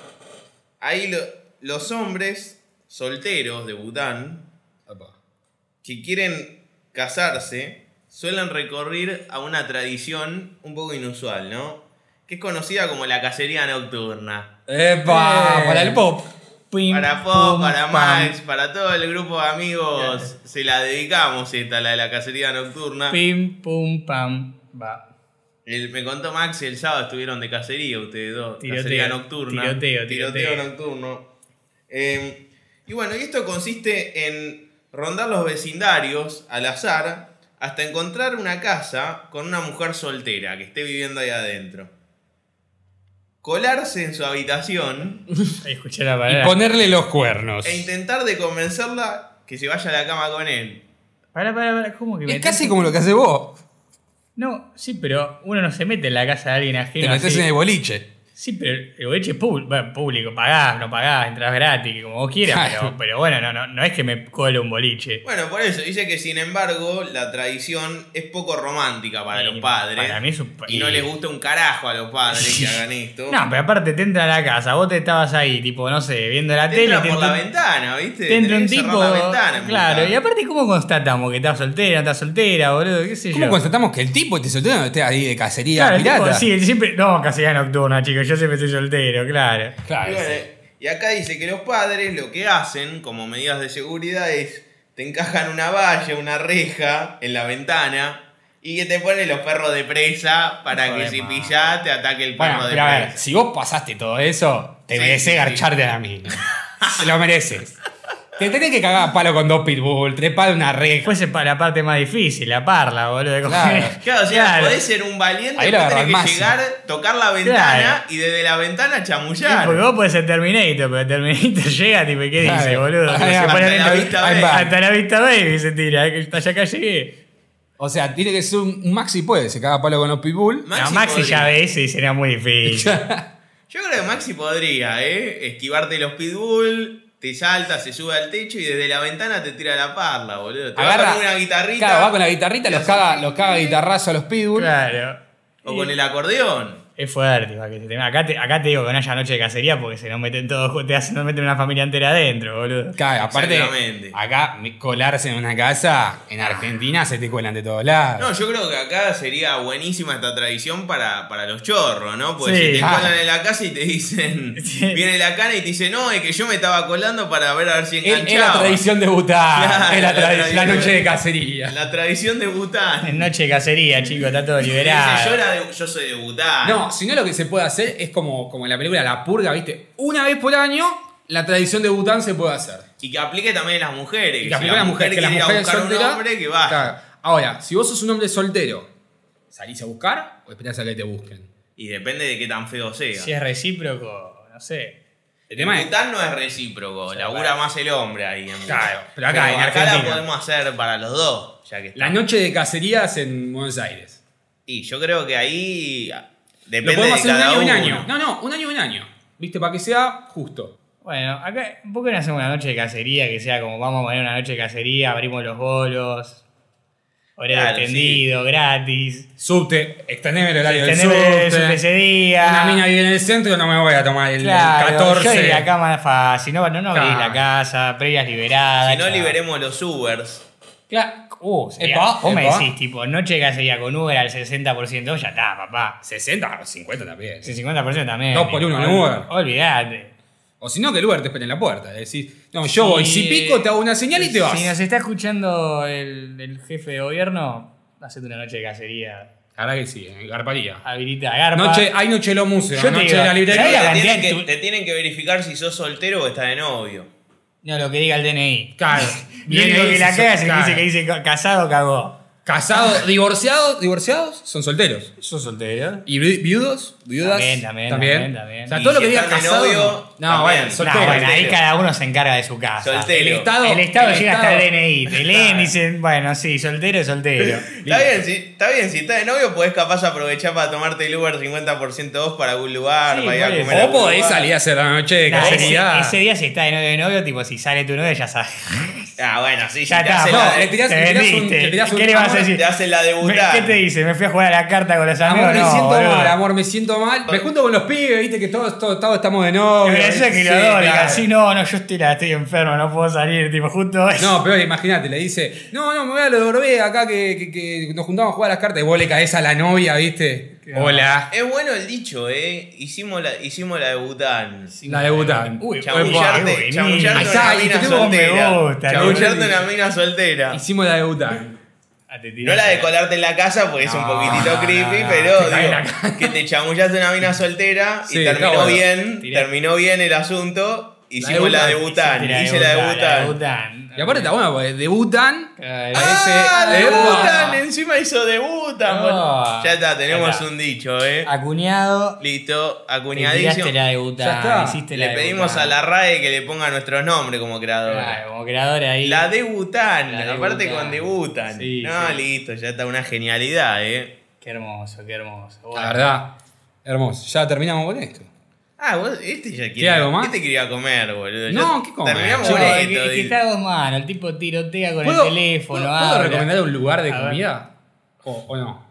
S1: Ahí lo- los hombres solteros de Bután que quieren casarse suelen recurrir a una tradición un poco inusual, ¿no? Que es conocida como la cacería nocturna.
S3: ¡Epa!
S2: Eh.
S3: Para el pop.
S2: Pim,
S1: Para Pop,
S2: pum,
S1: para
S2: pam.
S1: Max, para todo el grupo de amigos, se la dedicamos esta, la de la cacería nocturna.
S2: Pim, pum, pam, va.
S1: El- me contó Max el sábado estuvieron de cacería ustedes dos.
S2: Tiroteo,
S1: cacería nocturna.
S2: tiroteo, tiroteo.
S1: nocturno. Eh, y bueno, y esto consiste en rondar los vecindarios al azar hasta encontrar una casa con una mujer soltera que esté viviendo ahí adentro. Colarse en su habitación
S2: Ahí escuché la
S3: Y
S2: palabra.
S3: ponerle los cuernos.
S1: e intentar de convencerla que se vaya a la cama con él.
S2: Pará, pará, pará, ¿cómo que
S3: Es
S2: metés-
S3: casi como lo que haces vos.
S2: No, sí, pero uno no se mete en la casa de alguien
S3: Te
S2: ajeno.
S3: metes
S2: así.
S3: en el boliche.
S2: Sí, pero el boliche es pub- bueno, público, pagás, no pagás, entras gratis, como vos quieras,
S3: Claro.
S2: pero, pero bueno, no, no, no es que me cole un boliche.
S1: Bueno, por eso dice que sin embargo la tradición es poco romántica para
S2: Y
S1: los padres.
S2: para mí es un-
S1: Y no les gusta un carajo a los padres que hagan esto.
S2: No, pero aparte te entra a la casa, vos te estabas ahí, tipo, no sé, viendo la
S1: te
S2: tele.
S1: entra
S2: te
S1: por la
S2: entra-
S1: ventana, ¿viste?
S2: Te entra un
S1: Tenés que cerrar
S2: tipo.
S1: la ventana, en
S2: claro,
S1: puta.
S2: y aparte, ¿cómo constatamos que estás soltera, estás soltera, boludo? ¿Qué sé
S3: ¿Cómo
S2: yo?
S3: constatamos que el tipo te soltó no esté ahí de cacería
S2: Claro, el tipo,
S3: pirata?
S2: sí, siempre. No, casi nocturna, chicos, yo siempre soy soltero, claro.
S1: Y,
S3: Claro.
S1: bueno,
S3: sí.
S1: y acá dice que los padres lo que hacen como medidas de seguridad es te encajan una valla, una reja en la ventana y que te ponen los perros de presa para
S2: Hijo
S1: que
S2: de
S1: si
S2: madre.
S1: pillás te ataque el perro
S3: Bueno,
S1: de
S3: pero a ver,
S1: presa.
S3: si vos pasaste todo eso, te
S1: Sí,
S3: mereces
S1: sí.
S3: garcharte a la mina. Te lo mereces. Te tenés que cagar a palo con dos pitbull, trepar una reja.
S2: Después es pa- la parte más difícil, la parla, boludo. de coger.
S3: Claro.
S1: Claro, o sea,
S2: Claro.
S1: podés ser un valiente,
S3: Ahí lo
S1: vos tenés
S3: agarró
S1: que
S3: al máximo.
S1: llegar, tocar la ventana
S2: Claro.
S1: y desde la ventana
S2: Sí,
S1: chamullar.
S2: Porque vos podés ser Terminator, pero Terminator llega, tipo, ¿y ¿qué
S3: Claro.
S2: dice, boludo? Se
S3: Ahí va,
S2: pone
S1: hasta la
S2: lento-
S1: vista
S2: ahí va,
S3: baby.
S2: hasta la vista baby se tira, que hasta acá llegué.
S3: O sea, tiene que ser un un maxi puede, se caga a palo con los pitbull.
S1: Maxi
S2: no, Maxi
S1: podría.
S2: ya ve eso y sería muy difícil.
S1: Yo creo que Maxi podría, ¿eh? Esquivarte los pitbull, te salta, se sube al techo y desde la ventana te tira la parla, boludo. Te va con una guitarrita
S3: Claro, va con la guitarrita,
S1: y
S3: los
S1: hace-
S3: caga, los caga guitarrazo a los pitbull.
S2: claro.
S1: o con el acordeón.
S2: Es fuerte, igual que ese tema. Acá te, acá te digo que no haya noche de cacería porque se nos meten todos, te hacen, nos meten una familia entera adentro, boludo.
S3: Claro, aparte,
S1: Exactamente.
S3: acá mi- colarse en una casa, en Argentina se te cuelan de todos lados.
S1: No, yo creo que acá sería buenísima esta tradición para, para los chorros, ¿no? Porque
S2: Sí.
S1: si te
S3: Ah.
S1: colan en la casa y te dicen,
S2: Sí.
S1: viene la cana y te dice, no, es que yo me estaba colando para ver a ver si
S3: Es-
S1: enganchaba.
S3: es la tradición de Bután,
S1: Claro,
S3: es la,
S1: la
S3: tradi- la
S1: tradición.
S3: noche de cacería.
S1: La tradición de Bután.
S2: En noche de cacería, chico, está todo
S1: Dice, yo,
S2: liberado.
S1: era de- yo soy de Bután.
S3: No, si no lo que se puede hacer es como, como en la película La Purga, ¿viste? Una vez por año, la tradición de Bután se puede hacer.
S1: Y que aplique también a las mujeres.
S3: Y
S1: que
S3: que
S1: si
S3: aplica
S1: la
S3: la mujer, que la
S1: quiere ir a
S3: mujer es
S1: buscar
S3: soltera.
S1: un hombre, que vaya.
S3: Claro. Ahora, si vos sos un hombre soltero, ¿salís a buscar o esperás a que te busquen?
S1: Y depende de qué tan feo sea.
S2: Si es recíproco, no sé.
S3: El
S1: El
S3: tema es.
S1: Bután no es recíproco, labura más el hombre ahí. en-
S3: Claro, pero acá, en
S1: la
S3: Argentina.
S1: podemos hacer para los dos, ya que
S3: La noche de cacerías en Buenos Aires.
S1: Y yo creo que ahí
S3: Lo
S1: depende
S3: podemos
S1: de
S3: hacer un
S1: cada
S3: año y un
S1: uno.
S3: año. No, no, un año y un año. ¿Viste? Para que sea justo.
S2: Bueno, acá, ¿por qué no hacemos una noche de cacería que sea como vamos a poner una noche de cacería, abrimos los bolos, horario
S1: Claro,
S2: extendido, gratis?
S3: Subte, extendeme el horario del
S2: Tenemos
S3: subte.
S2: un ese día.
S3: Una mina vive en el centro, no me voy a tomar el, el
S2: Claro, yo de
S3: 14.
S2: la cama fácil, no, no, no abrís
S3: Claro.
S2: la casa, previas liberadas.
S1: Si no,
S2: chao.
S1: liberemos los Ubers.
S3: Claro.
S2: Uh, sería-
S3: Epa,
S2: vos me
S3: epa.
S2: decís, tipo, noche de cacería con Uber al 60%, ya está, papá.
S3: 60 o 50 también.
S2: El 50% también.
S3: Dos por
S2: tipo,
S3: uno en Uber.
S2: Olvídate.
S3: O si no, que el Uber te espere en la puerta. Decís, no, yo voy, si pico, te hago una señal y te vas.
S2: Si nos está escuchando el, el jefe de gobierno, hacete una noche de cacería.
S3: La verdad que sí, eh, garparía.
S2: Habilita Garpa.
S3: Noche, hay noche de los museos,
S2: Yo te
S3: noche
S2: digo,
S3: de la
S2: ¿sabés la
S1: Te
S3: librería.
S2: cantidad
S1: tienen,
S2: de
S1: que,
S2: tu-
S1: te tienen que verificar si sos soltero o estás de novio.
S2: No, lo que diga el DNI.
S3: Claro.
S2: Lo único
S3: ahí
S2: que la
S3: se-
S2: caga es el que
S3: claro.
S2: dice que dice ca- casado cagó.
S3: Casados, divorciados, divorciados son solteros.
S2: ¿Sos soltero?
S3: Y vi- viudos, viudas.
S2: También, también, también, también.
S3: O sea,
S1: Y
S3: todo lo
S1: si
S3: que diga
S1: están de
S3: casado.
S1: novio,
S3: no,
S1: también.
S3: bueno,
S2: No,
S3: soltero.
S2: bueno, ahí
S1: soltero.
S2: cada uno se encarga de su casa.
S1: Soltero.
S3: El Estado.
S2: El Estado
S3: el
S2: llega hasta el
S3: Estado-
S2: DNI, te leen y dicen, bueno, sí, soltero es soltero.
S1: Está bien, si, está bien, si estás de novio, podés capaz aprovechar para tomarte el Uber 50% off para algún lugar,
S2: Sí,
S1: para ir a
S2: puede
S1: comer. a
S3: O
S1: algún
S3: podés
S1: lugar.
S3: salir a hacer la noche de
S2: Nah, ese,
S3: cacería.
S2: ese día si está de novio de novio, tipo, si sale tu novio ya sabes.
S1: Ah, bueno, sí, si
S2: Ya
S1: te
S2: está, este,
S1: hace
S3: no,
S1: la,
S3: le tirás-
S2: te
S3: le tirás un-
S2: vendiste.
S3: le tirás un
S2: ¿Qué le vas a
S3: amor,
S2: decir?
S1: te hace la
S2: Me-
S1: debutar.
S2: ¿Qué te dice? Me fui a jugar a la carta con los amigos.
S3: Amor, me
S2: no,
S3: siento
S2: boludo.
S3: mal, amor, me siento mal. Me junto con los pibes, viste que todos, todos, todos estamos de novio.
S2: Pero eso es que
S3: Sí,
S2: lo dos,
S3: claro.
S2: digan, sí, no, no, yo estoy, la- estoy enfermo, no puedo salir, tipo, justo eso.
S3: No, pero imagínate, le dice, no, no, me voy a lo de Orbea acá que, que- que nos juntamos a jugar a las cartas y vos le caes a la novia, viste. Hola.
S1: Es bueno el dicho, ¿eh? Hicimos la, hicimos la debutar.
S3: La debutan.
S2: Uy,
S1: Chamullarte,
S2: Uy,
S1: chamullarte
S3: ni-
S1: una
S3: Ay,
S1: mina
S3: este tipo
S1: soltera.
S2: me gusta,
S1: Chamullarte
S3: ¿no?
S1: una mina soltera.
S3: Hicimos la debutan.
S2: Ah, te
S1: No
S2: tiré.
S1: la de colarte en la casa porque es un
S3: No,
S1: poquitito
S3: no,
S1: creepy,
S3: no,
S1: pero
S3: te cae
S1: digo,
S3: en la
S1: que te chamullaste una mina soltera
S3: Sí,
S1: y terminó
S3: no, bueno,
S1: bien,
S2: tiré.
S1: terminó bien el asunto. Hicimos
S3: La
S1: la
S3: debutan,
S1: debutan,
S2: Te tiré,
S1: hice la
S2: debutar,
S1: debutan.
S2: debutar.
S3: Y aparte está bueno porque debutan.
S2: Ay,
S1: ¡Ah,
S3: Ese-
S1: debutan!
S3: Ah.
S1: Encima hizo debutan.
S2: No.
S1: boludo. Ya está, tenemos
S2: Ya está. Ah.
S1: un dicho, ¿eh?
S2: Acuñado,
S1: Listo,
S2: te
S1: acuñadísimo.
S2: tiraste la
S3: Ya está.
S2: debutar, hiciste la
S1: Le pedimos
S2: debutar.
S1: a la RAE que le ponga nuestros nombres como creadores.
S2: Claro, como creador ahí.
S1: La debutan,
S2: La
S1: aparte
S2: debutan.
S1: con debutan.
S2: Sí,
S1: no,
S2: sí.
S1: listo, ya está una genialidad, eh.
S2: Qué hermoso, qué hermoso.
S3: La
S2: Bueno,
S3: verdad, hermoso. Ya terminamos con esto.
S1: Ah, vos, este ya quiere.
S3: algo más?
S1: Este quería comer, boludo.
S3: No,
S1: Ya
S3: ¿qué comer?
S1: Terminamos
S2: yo,
S1: con
S2: es que-
S1: esto,
S2: es que
S1: dice.
S2: está a dos manos, el tipo tirotea con el
S3: ¿Puedo-
S2: teléfono.
S3: ¿Puedo, ¿puedo
S2: habla.
S3: recomendar un lugar de
S2: A ver.
S3: comida? O, o no?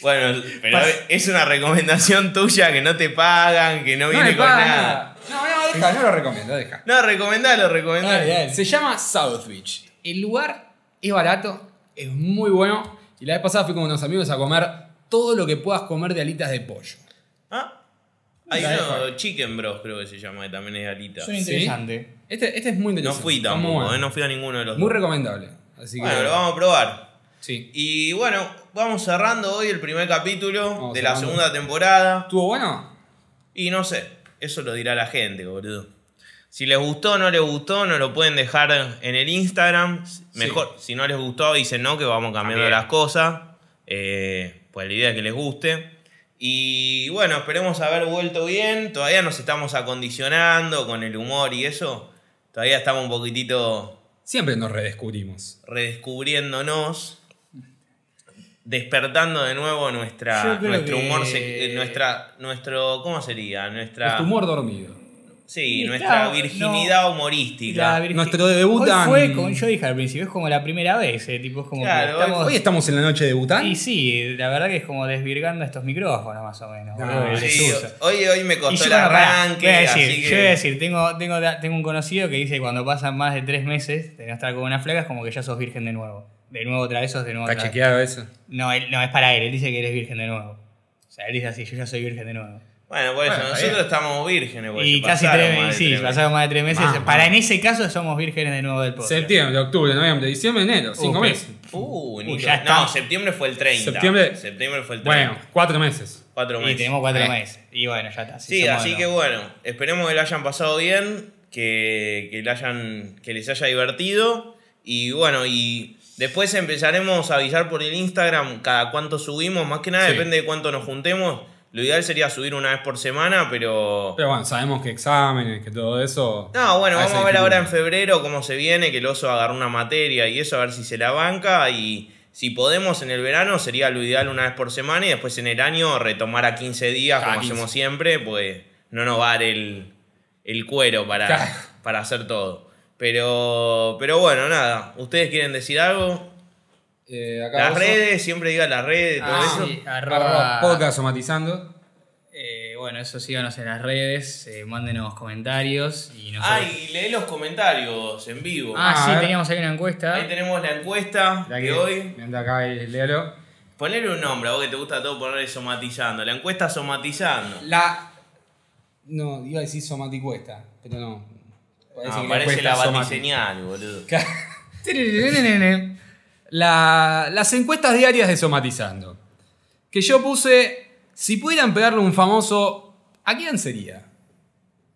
S1: Bueno, pero
S2: Pas-
S1: es una recomendación tuya que no te pagan, que no, viene
S3: me
S1: con
S3: pagan
S1: nada.
S3: No, no, deja, no lo recomiendo, deja.
S1: No, recomendalo, recomendalo.
S2: Dale, dale.
S3: Se llama South Beach. El lugar es barato, es muy bueno. Y la vez pasada fui con unos amigos a comer todo lo que puedas comer de alitas de pollo.
S1: Ah, hay
S3: Dale,
S1: uno, Chicken Bros, creo que se llama, que también es de alita.
S2: Suena interesante.
S3: Este, este es muy
S1: No
S3: interesante.
S1: fui
S3: está muy
S1: tampoco,
S3: bueno.
S1: eh, no fui a ninguno de los
S3: Muy
S1: dos.
S3: recomendable. Así que.
S1: Bueno, lo vamos a probar.
S3: Sí.
S1: Y bueno, vamos cerrando hoy el primer capítulo
S3: Vamos
S1: de la
S3: cerrando.
S1: segunda temporada.
S3: ¿Estuvo bueno?
S1: Y no sé, eso lo dirá la gente, boludo. Si les gustó o no les gustó, nos lo pueden dejar en el Instagram. Mejor, si no les gustó, dicen no, que vamos cambiando
S3: También.
S1: las cosas. Eh, pues la idea es que les guste. Y bueno, esperemos haber vuelto bien. Todavía nos estamos acondicionando con el humor y eso. Todavía estamos un poquitito
S3: Siempre nos redescubrimos.
S1: redescubriéndonos. Despertando de nuevo nuestra,
S2: Yo creo
S1: nuestro
S2: que-
S1: humor, se- eh, nuestra, nuestro, ¿cómo sería? Nuestra,
S3: El tumor dormido.
S1: Sí,
S2: Y
S1: nuestra
S2: claro,
S1: virginidad humorística.
S2: La virgen-
S3: Nuestro debutan-
S2: Hoy fue, como yo dije al principio, es como la primera vez. eh, tipo, es como que
S1: Claro, hoy-
S2: estamos-
S3: Hoy estamos en la noche de Bután.
S2: Y sí, la verdad que es como desvirgando estos micrófonos, más o menos.
S3: No,
S2: boludo, el
S1: Sí,
S2: desuso.
S1: hoy, hoy me
S2: Y
S1: costó
S2: yo,
S1: el
S2: bueno, pará,
S1: arranque.
S2: voy a decir,
S1: así que...
S2: yo voy a decir, tengo, tengo, tengo un conocido que dice que cuando pasan más de tres meses de no estar con una flaca es como que ya sos virgen de nuevo. De nuevo otra vez sos de nuevo
S3: Está
S2: otra vez.
S3: chequeado eso.
S2: No, él- no, es para él, él dice que eres virgen de nuevo. O sea, él dice así, yo ya soy virgen de nuevo.
S1: Bueno, por eso,
S3: Bueno, está
S1: nosotros estamos vírgenes. porque
S2: y
S1: se
S2: casi
S1: pasaron
S2: tres
S1: más de
S2: meses, sí,
S1: tres
S2: pasaron más de tres meses.
S3: Vamos.
S2: Para en ese caso somos vírgenes de nuevo del podcast.
S3: Septiembre, octubre, noviembre, diciembre, enero. Cinco
S2: Ok.
S3: meses.
S1: Uh, Nico.
S2: ya está.
S1: No, septiembre fue el 30.
S3: Septiembre-
S1: Septiembre fue el 30.
S3: Bueno, cuatro meses.
S1: cuatro
S2: Y
S1: meses.
S2: tenemos cuatro
S3: Eh.
S2: meses. Y bueno, ya está.
S1: Sí,
S2: somos
S1: así
S2: de
S1: que
S2: nuevo.
S1: bueno, esperemos que lo hayan pasado bien, que, que, le hayan, que les haya divertido. Y bueno, y después empezaremos a avisar por el Instagram cada cuánto subimos. Más que nada
S3: Sí.
S1: depende de cuánto nos juntemos. Lo ideal sería subir una vez por semana, pero...
S3: Pero bueno, sabemos que exámenes, que todo eso.
S1: No, bueno,
S3: Ah,
S1: vamos
S3: esa
S1: a ver ahora en
S3: dificultad.
S1: febrero cómo se viene, que el oso agarró una materia y eso, a ver si se la banca y si podemos en el verano sería lo ideal una vez por semana y después en el año retomar a 15 días
S3: Ah,
S1: como
S3: 15.
S1: hacemos siempre, pues no nos va a dar el, el cuero
S3: Claro.
S1: para, para hacer todo. Pero, pero bueno, nada, ¿ustedes quieren decir algo?
S3: Eh, acá
S1: Las
S3: vos-
S1: redes, siempre diga las redes, todo
S2: Ah,
S1: eso.
S2: sí,
S3: Arroba
S2: arroba-
S3: podcast somatizando.
S2: Eh, bueno, eso síganos en las redes, eh, mándenos comentarios y nosotros...
S1: Ay, lee los comentarios en vivo.
S2: Ah,
S3: Ah, a
S2: sí,
S3: ver.
S2: teníamos ahí una encuesta.
S1: Ahí tenemos la encuesta
S3: Ya
S1: de
S3: que
S1: hoy.
S3: Anda acá y léalo.
S1: Ponerle un nombre, a vos que te gusta todo ponerle somatizando. La encuesta somatizando.
S3: La. No, iba a decir somaticuesta, pero no.
S1: Parece,
S3: que
S1: no, Ah, parece
S3: encuesta
S1: la
S3: es somática.
S1: batiseñal, boludo.
S3: La- las encuestas diarias de Somatizando. Que yo puse, si pudieran pegarle un famoso, ¿a quién sería?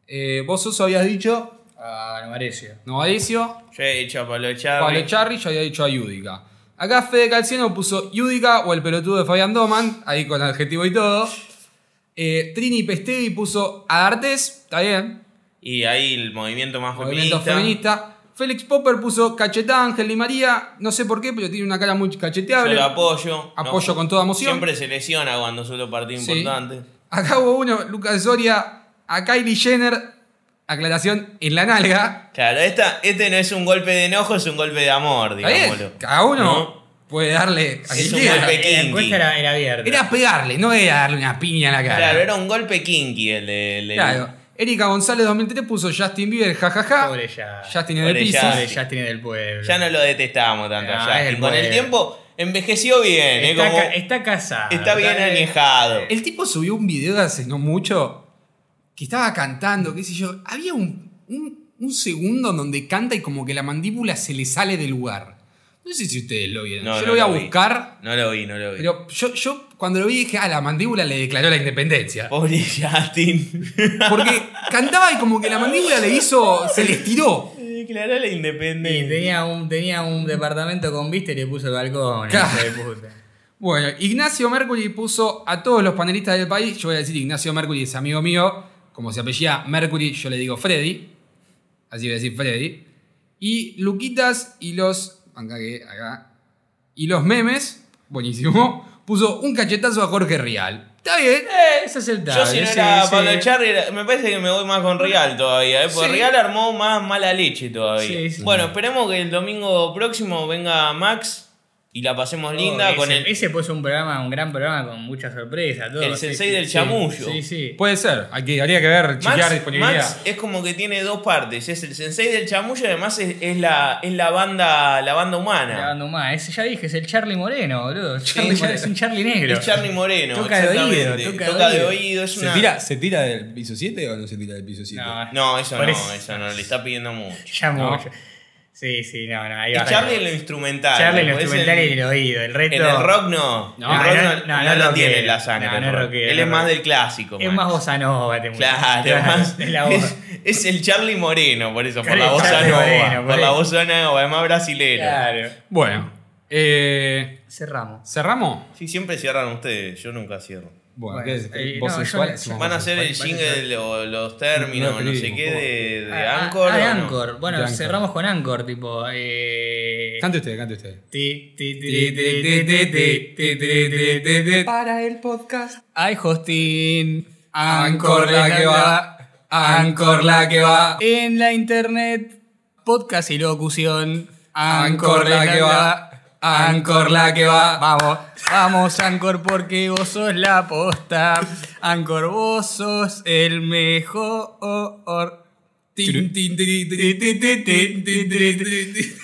S3: Eh, vos, Oso, habías dicho
S2: Ah, Novarecio.
S3: Novarecio,
S1: Yo he hecho a Pablo Charri.
S3: Pablo Charri, yo había dicho a Yudica. Acá Fede Calciano puso Yudica o el pelotudo de Fabián Doman, ahí con adjetivo y todo. Eh, Trini Pestegui puso a Artes, está bien,
S1: Y ahí el movimiento más
S3: movimiento
S1: feminista.
S3: feminista. Félix Popper puso cachetá Ángel Di María, no sé por qué, pero tiene una cara muy
S1: Yo
S3: cacheteable.
S1: lo apoyo.
S3: Apoyo
S1: No,
S3: con toda emoción.
S1: Siempre se lesiona cuando suelo partido
S3: Sí.
S1: importante.
S3: Acá hubo uno, Lucas Soria, a Kylie Jenner, aclaración, en la nalga.
S1: Claro, esta, este no es un golpe de enojo, es un golpe de amor,
S3: ¿Está bien?
S1: digámoslo.
S3: Cada uno
S1: ¿No?
S3: puede darle
S1: Es
S3: a quien
S1: un
S3: quiera.
S1: golpe
S2: La
S1: kinky.
S2: encuesta era, era abierta.
S3: Era pegarle, no era darle una piña en la cara.
S1: Claro, era un golpe kinky el de. el de-
S3: Claro. Erika González 2003 puso Justin Bieber, jajaja.
S2: Pobre ya.
S3: Justin en el
S1: Pobre
S3: piso.
S1: Justin.
S2: Pobre Justin del pueblo.
S1: Ya no lo detestábamos tanto.
S2: Ah,
S1: ya.
S2: es el
S1: Y con el
S2: modelo.
S1: tiempo envejeció bien.
S2: Está,
S1: eh, como-
S2: ca- está casado.
S1: está bien añejado.
S3: El tipo subió un video de hace no mucho que estaba cantando, qué sé yo. Había un, un- un segundo en donde canta y como que la mandíbula se le sale del lugar. No sé si ustedes lo vieron.
S1: No,
S3: yo
S1: no
S3: lo voy a
S1: lo vi.
S3: buscar.
S1: No lo vi, no lo vi.
S3: Pero yo, yo cuando lo vi dije, ah, la mandíbula le declaró la independencia.
S1: Pobre Justin.
S3: Porque cantaba y como que la mandíbula le hizo, se le estiró.
S1: Declaró la
S2: Y
S1: independencia.
S2: tenía un, tenía
S1: Mm.
S2: un departamento con vista y le puso el balcón.
S3: Claro.
S2: hijo de puta.
S3: Bueno, Ignacio Mercury puso a todos los panelistas del país. Yo voy a decir Ignacio Mercury es amigo mío. Como se apellía Mercury, yo le digo Freddy. Así voy a decir Freddy. Y Luquitas y los. Acá que. Acá. Y los memes. Buenísimo. Puso un cachetazo a Jorge Rial. Está bien.
S2: Eh, es aceptable.
S1: Yo si no
S2: sí,
S1: era
S2: sí.
S1: Pablo Charri, era- me parece que me voy más con Real todavía, ¿eh? porque
S3: Sí.
S1: Real armó más mala leche todavía.
S2: Sí, sí.
S1: Bueno, esperemos que el domingo próximo venga Max y la pasemos
S2: Oh,
S1: linda
S2: ese,
S1: con el,
S2: ese puso un programa, un gran programa con mucha sorpresa. Todo.
S1: El
S2: Sí,
S1: sensei
S2: sí,
S1: del
S2: sí.
S1: chamullo.
S2: Sí, sí.
S3: Puede ser. Hay que- habría que ver, chequear
S1: Max,
S3: disponibilidad.
S1: Max es como que tiene dos partes, es el sensei del chamullo y además es, es la, es la banda la banda humana.
S2: La banda humana. Ese ya dije, es el Charlie Moreno, boludo. Charlie
S3: Moreno.
S2: Moreno. Es un Charlie negro.
S1: Es Charlie Moreno.
S2: Toca de oído,
S1: exactamente.
S2: toca de
S1: de
S2: oído.
S1: oído. Es una...
S3: ¿Se tira del piso 7 o no se tira del piso 7?
S2: No,
S1: No, eso
S2: Por
S1: no,
S2: eso-
S1: eso no, le está pidiendo mucho.
S2: Ya
S3: No.
S2: mucho. Sí, sí, no, no. Ahí
S1: Y
S2: va.
S1: Charlie en lo instrumental.
S2: Este, Charlie en los
S1: porque es
S2: instrumentales y
S1: el-
S2: en el oído. El reto.
S1: En el rock no.
S2: No,
S1: el rock no,
S2: no, no,
S1: no
S2: no
S1: lo
S2: rockero.
S1: tiene la sangre.
S2: No, no
S1: el rock.
S2: rockero,
S1: Él es
S2: no
S1: más
S2: rockero.
S1: del clásico.
S2: Es
S1: man.
S2: más bossa nova, te muestro.
S1: Claro, más-
S2: es la voz.
S1: es, es el Charlie Moreno, por eso, por
S2: Claro,
S1: la voz
S2: Charlie
S1: nova.
S2: Moreno,
S1: por
S2: por
S1: la
S2: eso.
S1: voz nova, es más brasilero.
S2: Claro.
S3: Bueno. eh,
S2: Cerramos.
S3: ¿Cerramos?
S1: Sí, siempre cierran ustedes, yo nunca cierro.
S3: Bueno,
S2: Bueno,
S3: ¿qué es?
S2: eh,
S3: ¿Vos
S2: no, yo
S3: sexual?
S2: le-
S3: Sí, vamos
S1: ¿Van a hacer el
S2: parece-
S1: jingle o los términos,
S3: No,
S1: no sé
S3: escribimos,
S1: qué, de, de
S2: Ah,
S1: Anchor?
S2: ah, de
S1: o no?
S2: Anchor. Bueno,
S3: De Anchor.
S2: cerramos con Anchor, tipo. Eh...
S3: Cante usted, cante usted.
S2: Ti, ti, ti, ti, ti, ti, ti, ti, ti, ti, ti.
S3: Para el podcast.
S2: Ay, Hostin.
S3: Anchor la que va. Ancor la que va.
S2: En la internet, podcast y locución.
S3: Ancor la que va. Ancor la que va.
S2: Vamos, vamos, Ancor, porque vos sos la posta. Ancor, vos sos el mejor.
S3: Tin, tin, tiri, tiri, tiri, tiri, tiri, tiri, tiri, tiri.